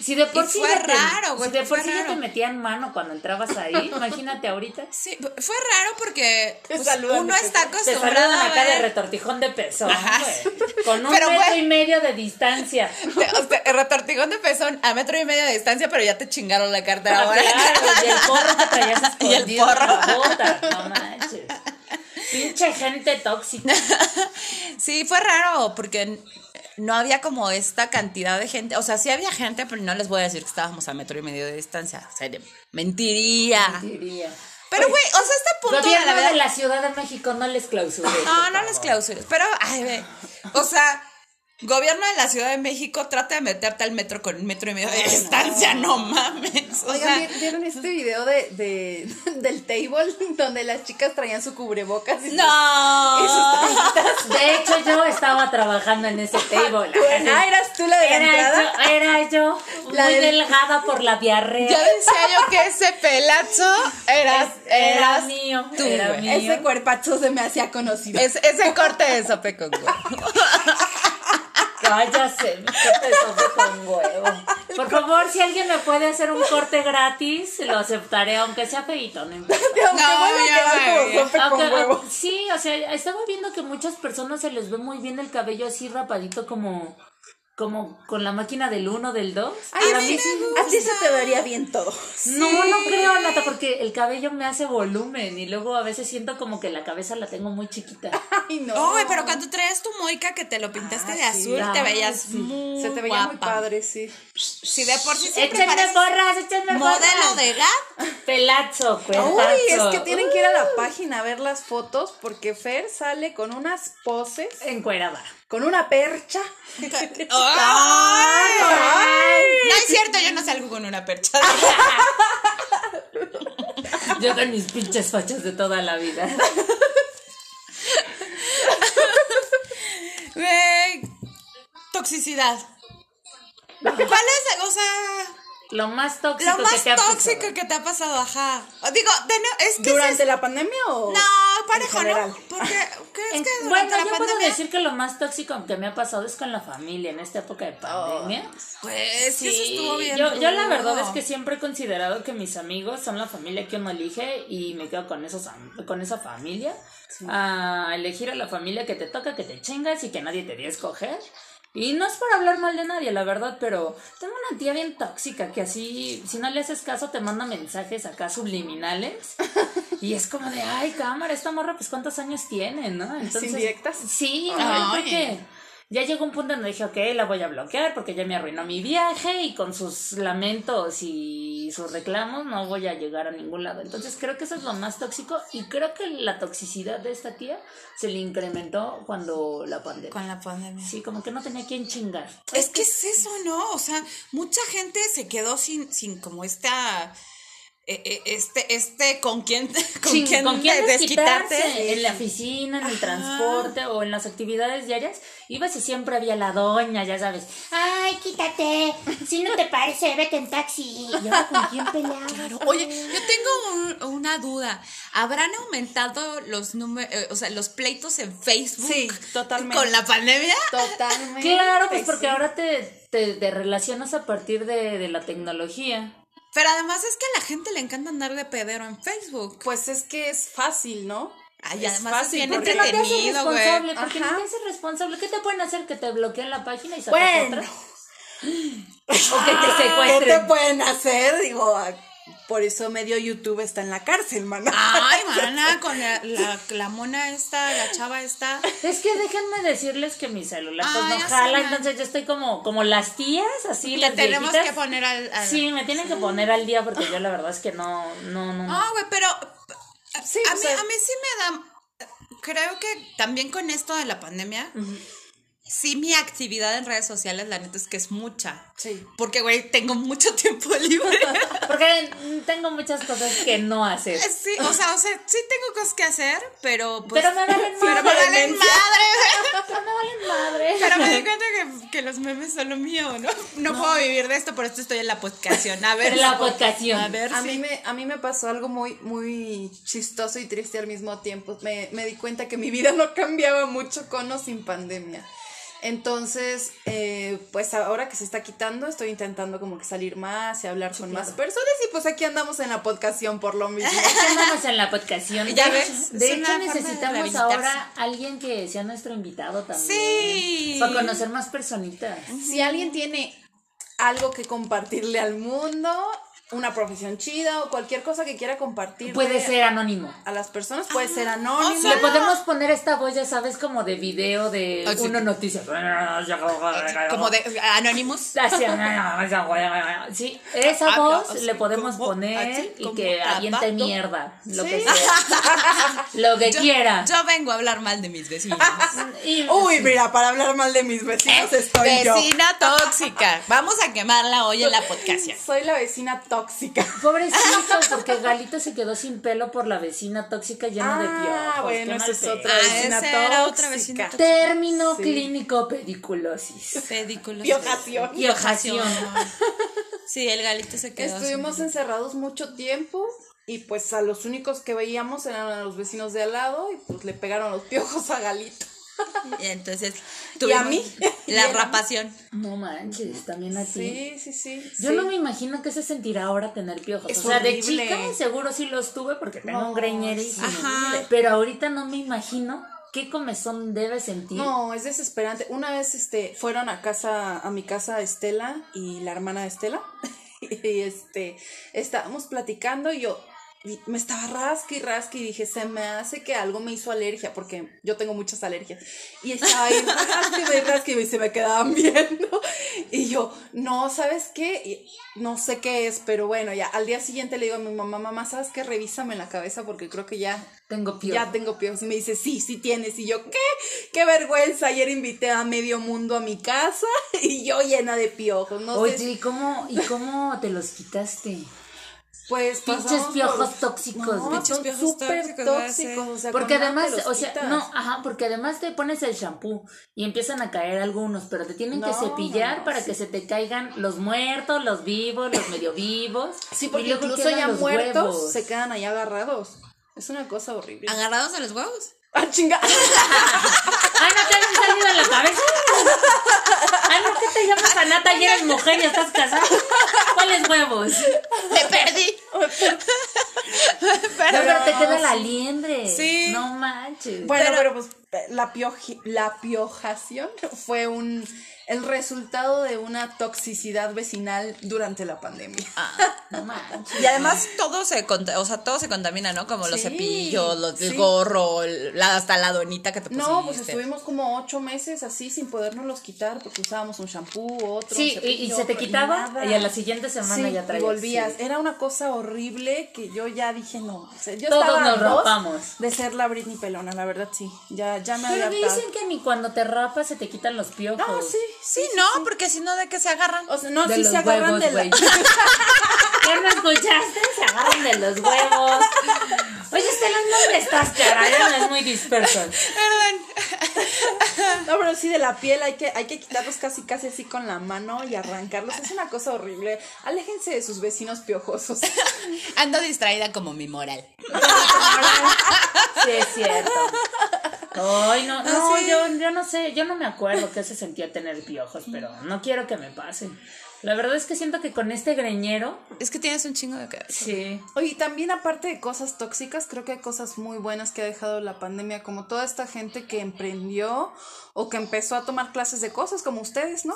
[SPEAKER 2] Si de por
[SPEAKER 1] Y
[SPEAKER 2] sí
[SPEAKER 1] fue
[SPEAKER 2] ya te-
[SPEAKER 1] raro, güey,
[SPEAKER 2] si de
[SPEAKER 1] fue
[SPEAKER 2] por sí ya
[SPEAKER 1] raro.
[SPEAKER 2] te metían mano cuando
[SPEAKER 1] <laughs>
[SPEAKER 2] entrabas ahí, imagínate ahorita.
[SPEAKER 1] sí, fue raro porque
[SPEAKER 3] Te
[SPEAKER 1] pues,
[SPEAKER 3] saludan
[SPEAKER 1] uno
[SPEAKER 3] de
[SPEAKER 1] está
[SPEAKER 2] Te
[SPEAKER 1] acostumbrado
[SPEAKER 2] saludan
[SPEAKER 1] a
[SPEAKER 2] acá de
[SPEAKER 1] ver
[SPEAKER 2] retortijón de pezón,
[SPEAKER 1] Ajá.
[SPEAKER 2] güey, Con un
[SPEAKER 1] Pero,
[SPEAKER 2] metro
[SPEAKER 1] güey.
[SPEAKER 2] y medio
[SPEAKER 1] <laughs>
[SPEAKER 2] de distancia.
[SPEAKER 1] Te- o sea, el retortijón de pezón a metro y medio de distancia, pero ya te chingaron la cartera
[SPEAKER 2] Ah,
[SPEAKER 1] ahora.
[SPEAKER 2] Claro, y el porro que
[SPEAKER 1] Y
[SPEAKER 2] traías
[SPEAKER 1] el
[SPEAKER 2] escondido en la
[SPEAKER 1] porro.
[SPEAKER 2] bota, no manches. Pinche gente tóxica.
[SPEAKER 1] <laughs> Sí, fue raro porque n- no había como esta cantidad de gente. O sea, sí había gente, pero no les voy a decir que estábamos a metro y medio de distancia. O sea, de- mentiría.
[SPEAKER 2] Diría.
[SPEAKER 1] Pero, güey, o sea, este punto de
[SPEAKER 2] Gobierno
[SPEAKER 1] la
[SPEAKER 2] de Pues la,
[SPEAKER 1] vida.
[SPEAKER 2] Ciudad de México no les
[SPEAKER 3] <laughs>
[SPEAKER 2] clausure.
[SPEAKER 3] Ah,
[SPEAKER 1] No, no les clausures. Pero, ay, ve. O sea, gobierno de la Ciudad de México trata de meterte al metro con un metro y medio de distancia, no mames. O
[SPEAKER 3] Oigan,
[SPEAKER 1] sea,
[SPEAKER 3] ¿vi- ¿vieron este video de, de- <laughs> del table donde las chicas traían su cubrebocas? y sus- y sus
[SPEAKER 1] no.
[SPEAKER 3] toallitas?
[SPEAKER 2] De hecho, yo estaba trabajando en ese table.
[SPEAKER 3] Ah, eras tú la de la entrada.
[SPEAKER 2] Era yo, era yo
[SPEAKER 3] La
[SPEAKER 2] muy
[SPEAKER 3] del-
[SPEAKER 2] delgada por la
[SPEAKER 1] Ya
[SPEAKER 2] diarrea.
[SPEAKER 1] decía yo que ese pelazo eras,
[SPEAKER 2] Era
[SPEAKER 1] eras
[SPEAKER 2] mío,
[SPEAKER 1] tú,
[SPEAKER 2] era
[SPEAKER 1] güey.
[SPEAKER 2] mío.
[SPEAKER 3] Ese
[SPEAKER 1] <laughs>
[SPEAKER 3] cuerpazo se me hacía conocido.
[SPEAKER 1] Es- ese corte de Zapeco, güey.
[SPEAKER 2] Cállase, qué peso con huevo. Por favor, si alguien me puede hacer un corte gratis, lo aceptaré, aunque sea feíto,
[SPEAKER 3] <laughs>
[SPEAKER 2] no importa.
[SPEAKER 3] Aunque
[SPEAKER 1] No,
[SPEAKER 3] vuelva a
[SPEAKER 1] ya
[SPEAKER 3] quedar como
[SPEAKER 1] sé.
[SPEAKER 2] Aunque-
[SPEAKER 3] sope
[SPEAKER 2] ah,
[SPEAKER 3] con huevo.
[SPEAKER 2] Sí, o sea, estaba viendo que muchas personas se les ve muy bien el cabello así rapadito como, como con la máquina del 1 del 2.
[SPEAKER 3] Ay, a mí, a ti se te vería bien todo.
[SPEAKER 2] No, no creo, Nata, porque el cabello me hace volumen y luego a veces siento como que la cabeza la tengo muy chiquita.
[SPEAKER 3] Ay, no.
[SPEAKER 1] Ay, pero cuando traías tu moica que te lo pintaste
[SPEAKER 3] Ah,
[SPEAKER 1] de
[SPEAKER 3] sí,
[SPEAKER 1] azul, te
[SPEAKER 2] ah,
[SPEAKER 1] veías
[SPEAKER 2] sí.
[SPEAKER 1] muy
[SPEAKER 3] Se te veía muy
[SPEAKER 1] guapa.
[SPEAKER 3] padre, sí.
[SPEAKER 1] Si de por <laughs> sí siempre
[SPEAKER 4] Échenme
[SPEAKER 1] pareces
[SPEAKER 4] borras, échenme
[SPEAKER 1] modelo
[SPEAKER 4] borras.
[SPEAKER 1] de gat.
[SPEAKER 2] Pelazo, cuerpazo.
[SPEAKER 3] Uy, es que tienen que ir a la página a ver las fotos porque Fer sale con unas poses,
[SPEAKER 2] Encuerada.
[SPEAKER 1] <laughs>
[SPEAKER 3] con una percha. <laughs>
[SPEAKER 1] Ay.
[SPEAKER 3] Ay,
[SPEAKER 1] No es cierto, yo no salgo con una percha.
[SPEAKER 2] Yo con mis pinches fachas de toda
[SPEAKER 1] <laughs>
[SPEAKER 2] la vida.
[SPEAKER 1] Güey, toxicidad. ¿Cuál es, o sea,
[SPEAKER 2] Lo más tóxico
[SPEAKER 1] lo más
[SPEAKER 2] que te ha pasado.
[SPEAKER 1] tóxico que te ha pasado? Ajá. Digo, de no- es que
[SPEAKER 3] ¿Durante
[SPEAKER 1] sí es-
[SPEAKER 3] la pandemia o.?
[SPEAKER 1] No, parejo,
[SPEAKER 3] en
[SPEAKER 1] ¿no?
[SPEAKER 3] general?
[SPEAKER 1] Porque ¿qué es
[SPEAKER 2] En-
[SPEAKER 1] que durante
[SPEAKER 2] bueno,
[SPEAKER 1] la
[SPEAKER 2] yo puedo
[SPEAKER 1] pandemia.
[SPEAKER 2] decir que lo más tóxico que me ha pasado es con la familia en esta época de
[SPEAKER 1] Oh.
[SPEAKER 2] pandemia.
[SPEAKER 1] Pues sí, eso estuvo bien.
[SPEAKER 2] yo, yo la verdad
[SPEAKER 1] rudo.
[SPEAKER 2] es que siempre he considerado que mis amigos son la familia que uno elige y me quedo con, esos, am- con esa familia. A elegir a la familia que te toca, que te chingas y que nadie te dio a escoger. Y no es por hablar mal de nadie, la verdad, pero tengo una tía bien tóxica que así, si no le haces caso, te manda mensajes acá
[SPEAKER 1] <laughs>
[SPEAKER 2] subliminales. Y es como de, ay, cámara, esta morra, pues cuántos años tiene, ¿no?
[SPEAKER 3] indirectas?
[SPEAKER 2] Sí,
[SPEAKER 1] Ay.
[SPEAKER 2] ay, ¿por qué? Ya llegó un punto donde dije, ok, la voy a bloquear porque ya me arruinó mi viaje y con sus lamentos y sus reclamos no voy a llegar a ningún lado. Entonces creo que eso es lo más tóxico y creo que la toxicidad de esta tía se le incrementó cuando la pandemia.
[SPEAKER 1] Con la pandemia.
[SPEAKER 2] Sí, como que no tenía quien chingar.
[SPEAKER 1] Es que es eso, ¿no? O sea, mucha gente se quedó sin, sin como esta. eh, eh, Este, este, con quién, <laughs> con
[SPEAKER 2] Chin-
[SPEAKER 1] quién,
[SPEAKER 2] ¿con quién
[SPEAKER 1] desquitarte.
[SPEAKER 2] desquitarse? En la oficina, en el transporte o en las actividades diarias. Ibas y siempre había la doña, ya sabes.
[SPEAKER 4] Ay, quítate. Si no te parece, vete en taxi. ¿Y ahora con quién peleabas?
[SPEAKER 1] Oye, yo tengo un- una duda. ¿Habrán aumentado los números, o sea, los pleitos en Facebook?
[SPEAKER 3] Sí, totalmente.
[SPEAKER 1] ¿Con la pandemia?
[SPEAKER 3] Totalmente.
[SPEAKER 2] Claro, pues porque
[SPEAKER 3] sí.
[SPEAKER 2] ahora te, te, te relacionas a partir de, de la tecnología.
[SPEAKER 1] Pero además es que a la gente le encanta andar de pedero en Facebook.
[SPEAKER 3] Pues es que es fácil, ¿no?
[SPEAKER 1] Ay,
[SPEAKER 3] Es
[SPEAKER 1] Ah, además es
[SPEAKER 3] fácil,
[SPEAKER 1] bien
[SPEAKER 2] Porque
[SPEAKER 3] porque
[SPEAKER 2] no te haces
[SPEAKER 1] entretenido, güey.
[SPEAKER 2] responsable, porque
[SPEAKER 3] Ajá.
[SPEAKER 2] no te haces responsable. ¿Qué te pueden hacer? ¿Que te bloqueen la página y sacas
[SPEAKER 3] Bueno.
[SPEAKER 2] otra? ¿O que
[SPEAKER 1] <laughs>
[SPEAKER 2] te
[SPEAKER 3] ¿Qué te
[SPEAKER 2] secuestren?
[SPEAKER 3] pueden hacer? Digo, ah, por eso medio YouTube está en la cárcel, mana.
[SPEAKER 1] Ay, mana, con la, la, la mona esta, la chava
[SPEAKER 2] <laughs>
[SPEAKER 1] esta.
[SPEAKER 2] Es que déjenme decirles que mi celular pues,
[SPEAKER 1] Ay,
[SPEAKER 2] no
[SPEAKER 1] Ah, ya
[SPEAKER 2] jala,
[SPEAKER 1] sé.
[SPEAKER 2] entonces yo estoy como, como las tías, así
[SPEAKER 1] Le
[SPEAKER 2] las
[SPEAKER 1] tenemos
[SPEAKER 2] viejitas.
[SPEAKER 1] que poner al. al-
[SPEAKER 2] Sí, me tienen que poner al día porque yo la verdad es que no, no, no. no.
[SPEAKER 1] No, güey, pero
[SPEAKER 3] <laughs> Sí,
[SPEAKER 1] a,
[SPEAKER 3] o
[SPEAKER 1] mí,
[SPEAKER 3] sea-
[SPEAKER 1] a mí sí me da... Creo que también con esto de la pandemia, sí mi actividad en redes sociales, la neta es que es mucha.
[SPEAKER 3] Sí.
[SPEAKER 1] Porque, güey, tengo mucho tiempo <laughs>
[SPEAKER 2] <laughs>
[SPEAKER 1] libre.
[SPEAKER 2] Porque tengo muchas cosas que no hacer.
[SPEAKER 1] sí, o sea, o sea, sí tengo cosas que hacer, pero pues...
[SPEAKER 2] Pero me valen
[SPEAKER 1] <laughs> pero me
[SPEAKER 2] madre.
[SPEAKER 1] valen madre, güey.
[SPEAKER 2] Pero me valen madre.
[SPEAKER 1] Pero me di cuenta que, que los memes son lo mío, ¿no? No, puedo vivir de esto, por esto estoy en la podcastión. A ver.
[SPEAKER 2] En la
[SPEAKER 1] si-
[SPEAKER 2] podcastión.
[SPEAKER 1] A ver,
[SPEAKER 3] A
[SPEAKER 1] si-
[SPEAKER 3] mí, me, a mí me pasó algo muy, muy chistoso y triste al mismo tiempo. Me, me di cuenta que mi vida no cambiaba mucho con o sin pandemia. Entonces, eh, pues ahora que se está quitando, estoy intentando como que salir más y hablar con más personas y pues aquí andamos en la podcastión por lo mismo.
[SPEAKER 2] Andamos en la podcación.
[SPEAKER 1] Ya
[SPEAKER 2] De
[SPEAKER 1] ves,
[SPEAKER 2] hecho-
[SPEAKER 1] es
[SPEAKER 2] De hecho,
[SPEAKER 1] una forma de
[SPEAKER 2] necesitamos
[SPEAKER 1] rehabilitarse.
[SPEAKER 2] ahora alguien que sea nuestro invitado también. ¿eh?
[SPEAKER 1] Sí.
[SPEAKER 2] Para conocer más personitas.
[SPEAKER 3] <laughs> Si alguien tiene algo que compartirle al mundo, una profesión chida o cualquier cosa que quiera compartir
[SPEAKER 2] Puede ser anónimo.
[SPEAKER 3] a las personas, puede ser anónimo.
[SPEAKER 1] o sea,
[SPEAKER 2] Le podemos poner esta voz, ya sabes, como de video de
[SPEAKER 1] Ay, Ah, sí.
[SPEAKER 2] una noticia. Como
[SPEAKER 1] Como de eh, Anonymous.
[SPEAKER 2] Sí, esa
[SPEAKER 1] Habla
[SPEAKER 2] voz
[SPEAKER 1] así
[SPEAKER 2] le podemos
[SPEAKER 1] Ah, como-
[SPEAKER 2] poner
[SPEAKER 1] así
[SPEAKER 2] y
[SPEAKER 1] como
[SPEAKER 2] que aviente
[SPEAKER 1] tabaco.
[SPEAKER 2] mierda. Lo
[SPEAKER 3] Sí.
[SPEAKER 2] que
[SPEAKER 1] <laughs>
[SPEAKER 2] sea. Lo que
[SPEAKER 1] Yo-
[SPEAKER 2] quiera.
[SPEAKER 1] Yo vengo a hablar mal de mis vecinos.
[SPEAKER 2] Y-
[SPEAKER 3] Uy, mira, para hablar mal de mis vecinos estoy yo.
[SPEAKER 1] Vecina tóxica. Vamos a quemarla hoy en la podcast.
[SPEAKER 3] Soy la vecina tóxica.
[SPEAKER 2] Pobrecito, porque Galito se quedó sin pelo por la vecina tóxica llena de piojos.
[SPEAKER 3] Ah, bueno,
[SPEAKER 2] Qué
[SPEAKER 3] esa
[SPEAKER 2] mal
[SPEAKER 3] es
[SPEAKER 2] pedo.
[SPEAKER 3] otra
[SPEAKER 1] Ah,
[SPEAKER 3] vecina
[SPEAKER 1] esa
[SPEAKER 3] tóxica.
[SPEAKER 1] era otra vecina tóxica.
[SPEAKER 2] Término
[SPEAKER 3] Sí.
[SPEAKER 2] clínico pediculosis.
[SPEAKER 1] Pedículos.
[SPEAKER 3] Piojación.
[SPEAKER 2] Piojación.
[SPEAKER 1] Sí, el galito se quedó.
[SPEAKER 3] Estuvimos
[SPEAKER 1] sin-
[SPEAKER 3] encerrados mucho tiempo y pues a los únicos que veíamos eran a los vecinos de al lado y pues le pegaron los piojos a Galito.
[SPEAKER 1] Y entonces
[SPEAKER 3] ¿Y a
[SPEAKER 1] tuvimos
[SPEAKER 3] mí?
[SPEAKER 1] <laughs> la rapación.
[SPEAKER 2] No manches, también a ti.
[SPEAKER 3] Sí, sí, sí.
[SPEAKER 2] Yo
[SPEAKER 3] sí.
[SPEAKER 2] no me imagino que se sentirá ahora tener piojos.
[SPEAKER 3] Es
[SPEAKER 2] o sea, de
[SPEAKER 3] horrible.
[SPEAKER 2] chica seguro sí los tuve porque tengo
[SPEAKER 3] No,
[SPEAKER 2] un greñerísimo.
[SPEAKER 1] sí. Ajá.
[SPEAKER 2] Pero ahorita no me imagino qué comezón debe sentir.
[SPEAKER 3] No, es desesperante. Una vez este fueron a casa, a mi casa Estela y la hermana de Estela. <laughs> Y este estábamos platicando y yo y me estaba rasque y rasque y dije, se me hace que algo me hizo alergia, porque yo tengo muchas alergias. Y estaba ahí rasque y me rasque y se me quedaban <laughs> viendo. Y yo, no, ¿sabes qué? Y no sé qué es, pero bueno, ya al día siguiente le digo a mi mamá, mamá, ¿sabes qué? Revísame la cabeza porque creo que ya
[SPEAKER 2] Tengo piojos.
[SPEAKER 3] ya tengo piojos. Y me dice, sí, sí tienes. Y yo, ¿qué? ¡Qué vergüenza! Ayer invité a medio mundo a mi casa <laughs> y yo llena de piojos. No
[SPEAKER 2] Oye,
[SPEAKER 3] sé.
[SPEAKER 2] ¿y cómo, ¿y cómo te los quitaste?
[SPEAKER 3] Pues
[SPEAKER 2] pinches
[SPEAKER 3] pasamos
[SPEAKER 2] piojos tóxicos,
[SPEAKER 3] No,
[SPEAKER 2] pinches
[SPEAKER 3] son
[SPEAKER 1] piojos
[SPEAKER 3] súper
[SPEAKER 1] tóxicos, ya sé.
[SPEAKER 3] tóxicos. O sea,
[SPEAKER 2] Porque
[SPEAKER 3] con nada
[SPEAKER 2] además,
[SPEAKER 3] te los
[SPEAKER 2] o sea,
[SPEAKER 3] quitas.
[SPEAKER 2] no, ajá, porque además te pones el shampoo y empiezan a caer algunos, pero te tienen que
[SPEAKER 3] No,
[SPEAKER 2] cepillar
[SPEAKER 3] no, no,
[SPEAKER 2] para
[SPEAKER 3] sí.
[SPEAKER 2] que se te caigan los muertos, los vivos, los medio vivos.
[SPEAKER 3] Sí,
[SPEAKER 2] y
[SPEAKER 3] porque
[SPEAKER 2] luego
[SPEAKER 3] incluso
[SPEAKER 2] quedan
[SPEAKER 3] ya
[SPEAKER 2] los
[SPEAKER 3] muertos
[SPEAKER 2] huevos.
[SPEAKER 3] se quedan ahí agarrados. Es una cosa horrible.
[SPEAKER 1] ¿Agarrados a los huevos?
[SPEAKER 3] <laughs> ¡Ah,
[SPEAKER 2] <laughs>
[SPEAKER 3] chinga!
[SPEAKER 2] Ah, no te has salido en la cabeza. <laughs> Ah, no, ¿qué te llamas Anata y eres mujer y estás casada. ¿Cuáles
[SPEAKER 3] <laughs>
[SPEAKER 2] huevos?
[SPEAKER 1] ¡Me perdí!
[SPEAKER 2] Pero,
[SPEAKER 1] Pero-
[SPEAKER 2] te queda la liendre.
[SPEAKER 1] Sí.
[SPEAKER 2] No manches.
[SPEAKER 3] Bueno, pero, pues la, pioji- la piojación fue un el resultado de una toxicidad vecinal durante la pandemia.
[SPEAKER 2] No manches.
[SPEAKER 1] Y además todo se, conta- o sea, todo se contamina, ¿no? Como los
[SPEAKER 3] Sí,
[SPEAKER 1] cepillos, los, el
[SPEAKER 3] sí.
[SPEAKER 1] gorro, el- la- hasta la donita que te pusiste.
[SPEAKER 3] No,
[SPEAKER 2] este.
[SPEAKER 3] pues estuvimos como ocho meses así sin podernos los quitar porque usábamos un shampoo, otro.
[SPEAKER 2] Sí,
[SPEAKER 3] un
[SPEAKER 2] y, y
[SPEAKER 3] cepillo,
[SPEAKER 2] se te
[SPEAKER 3] otro,
[SPEAKER 2] quitaba
[SPEAKER 3] nada.
[SPEAKER 2] y a la siguiente semana
[SPEAKER 3] Sí,
[SPEAKER 2] ya
[SPEAKER 3] y
[SPEAKER 2] traías.
[SPEAKER 3] volvías.
[SPEAKER 2] sí.
[SPEAKER 3] Era una cosa horrible que yo ya dije no. o sea, yo
[SPEAKER 2] Todos
[SPEAKER 3] estaba a
[SPEAKER 2] nos
[SPEAKER 3] dos
[SPEAKER 2] rapamos.
[SPEAKER 3] De ser la Britney pelona, la verdad sí. Ya, ya me
[SPEAKER 2] Pero
[SPEAKER 3] había
[SPEAKER 2] dicen que ni cuando te rapas se te quitan los piojos.
[SPEAKER 3] No, sí,
[SPEAKER 1] Sí, no, porque si no, ¿de qué se agarran?
[SPEAKER 3] O sea, no,
[SPEAKER 2] De
[SPEAKER 3] sí
[SPEAKER 2] los
[SPEAKER 3] se agarran
[SPEAKER 2] huevos,
[SPEAKER 3] de la.
[SPEAKER 2] güey. ¿Ya no escuchaste? Se agarran de los huevos. Oye, Estela, ¿dónde estás, cara? Ya andas muy disperso.
[SPEAKER 3] <laughs> No, pero sí de la piel hay que, hay que quitarlos casi casi así con la mano y arrancarlos. Es una cosa horrible. Aléjense de sus vecinos
[SPEAKER 2] <laughs>
[SPEAKER 3] piojosos.
[SPEAKER 1] Ando distraída como mi moral.
[SPEAKER 2] Sí, es cierto. Ay, no,
[SPEAKER 3] Ah,
[SPEAKER 2] no, yo, yo no sé, yo no me acuerdo qué se sentía tener piojos, pero no quiero que me pase. La verdad es que siento que con este greñero,
[SPEAKER 1] Es que tienes un chingo de cabeza.
[SPEAKER 2] sí.
[SPEAKER 3] Oye, y también aparte de cosas tóxicas, creo que hay cosas muy buenas que ha dejado la pandemia, como toda esta gente que emprendió o que empezó a tomar clases de cosas, como ustedes, ¿no?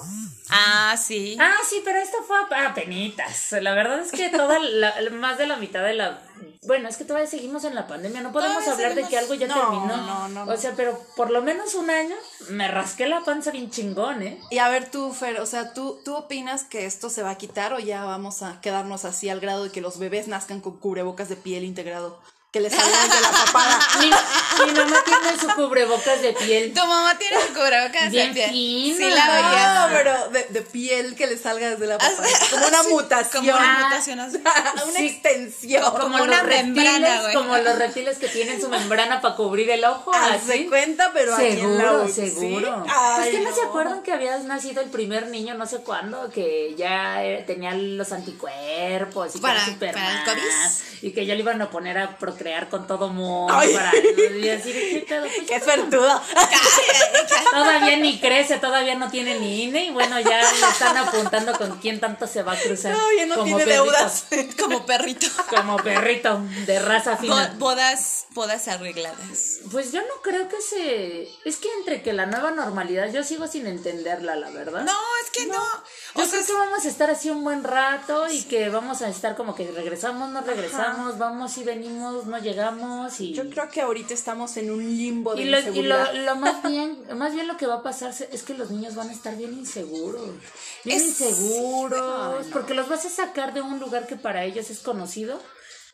[SPEAKER 1] Ah, sí.
[SPEAKER 2] Ah, sí, pero esto fue a, a penitas. La verdad es que toda la, más de la mitad de la... Bueno, es que todavía seguimos en la pandemia, no podemos
[SPEAKER 1] Todavía
[SPEAKER 2] hablar de que algo
[SPEAKER 1] seguimos-
[SPEAKER 2] ya
[SPEAKER 3] no,
[SPEAKER 2] terminó.
[SPEAKER 3] no, no, no.
[SPEAKER 2] O sea, pero por lo menos un año me rasqué la panza bien chingón, ¿eh?
[SPEAKER 3] Y a ver tú, Fer, o sea, ¿tú, ¿tú opinas que esto se va a quitar o ya vamos a quedarnos así al grado de que los bebés nazcan con cubrebocas de piel integrado? Que les salgan de la papada.
[SPEAKER 2] Mi, mi mamá tiene su cubrebocas de piel.
[SPEAKER 1] Tu mamá tiene su cubrebocas
[SPEAKER 2] Bien
[SPEAKER 1] de piel.
[SPEAKER 2] fina.
[SPEAKER 1] Sí, la veía.
[SPEAKER 3] No, pero de, de piel que les salga desde la papada. Como una mutación.
[SPEAKER 1] Como una mutación así.
[SPEAKER 3] <laughs> Una
[SPEAKER 2] Sí.
[SPEAKER 3] extensión.
[SPEAKER 1] Como una
[SPEAKER 2] los reptiles,
[SPEAKER 1] membrana, güey.
[SPEAKER 2] Como los reptiles que tienen su membrana para cubrir el ojo.
[SPEAKER 3] Hace
[SPEAKER 2] así.
[SPEAKER 3] cuenta, pero aquí en la
[SPEAKER 2] seguro,
[SPEAKER 3] boca, ¿sí?
[SPEAKER 2] seguro.
[SPEAKER 3] Ay,
[SPEAKER 2] ¿Ustedes no. se
[SPEAKER 3] no.
[SPEAKER 2] acuerdan Pues que habías nacido el primer niño, no sé cuándo, que ya eh, tenía los anticuerpos y
[SPEAKER 1] Para-
[SPEAKER 2] que era Superman,
[SPEAKER 1] para el COVID.
[SPEAKER 2] y que ya le iban a poner a procrear con todo mundo
[SPEAKER 3] Ay.
[SPEAKER 2] para y así de, ¿qué
[SPEAKER 3] <laughs>
[SPEAKER 2] pedo? Pues
[SPEAKER 3] Qué suertudo. Ah,
[SPEAKER 2] Todavía ni crece, todavía no tiene ni INE y bueno, ya le están apuntando con quién tanto se va a cruzar.
[SPEAKER 3] Todavía no tiene
[SPEAKER 2] perrito,
[SPEAKER 3] deudas.
[SPEAKER 1] <laughs>
[SPEAKER 3] <laughs>
[SPEAKER 1] Como perrito. <laughs>
[SPEAKER 2] Como perrito de raza fina.
[SPEAKER 1] Bo- bodas, bodas arregladas.
[SPEAKER 2] Pues yo no creo que se... Es que entre que la nueva normalidad, yo sigo sin entenderla, la verdad.
[SPEAKER 1] No, es que no.
[SPEAKER 2] Yo
[SPEAKER 1] O sea,
[SPEAKER 2] creo que vamos a estar así un buen rato y que vamos a estar como que regresamos, no regresamos, vamos y venimos, no llegamos y...
[SPEAKER 3] Yo creo que ahorita estamos en un limbo de
[SPEAKER 2] y lo, y
[SPEAKER 3] inseguridad.
[SPEAKER 2] lo, lo
[SPEAKER 3] <laughs>
[SPEAKER 2] más bien, más bien lo que va a pasar se- es que los niños van a estar bien inseguros, bien
[SPEAKER 1] Es-
[SPEAKER 2] inseguros, porque los vas a sacar de un lugar que para ellos es conocido,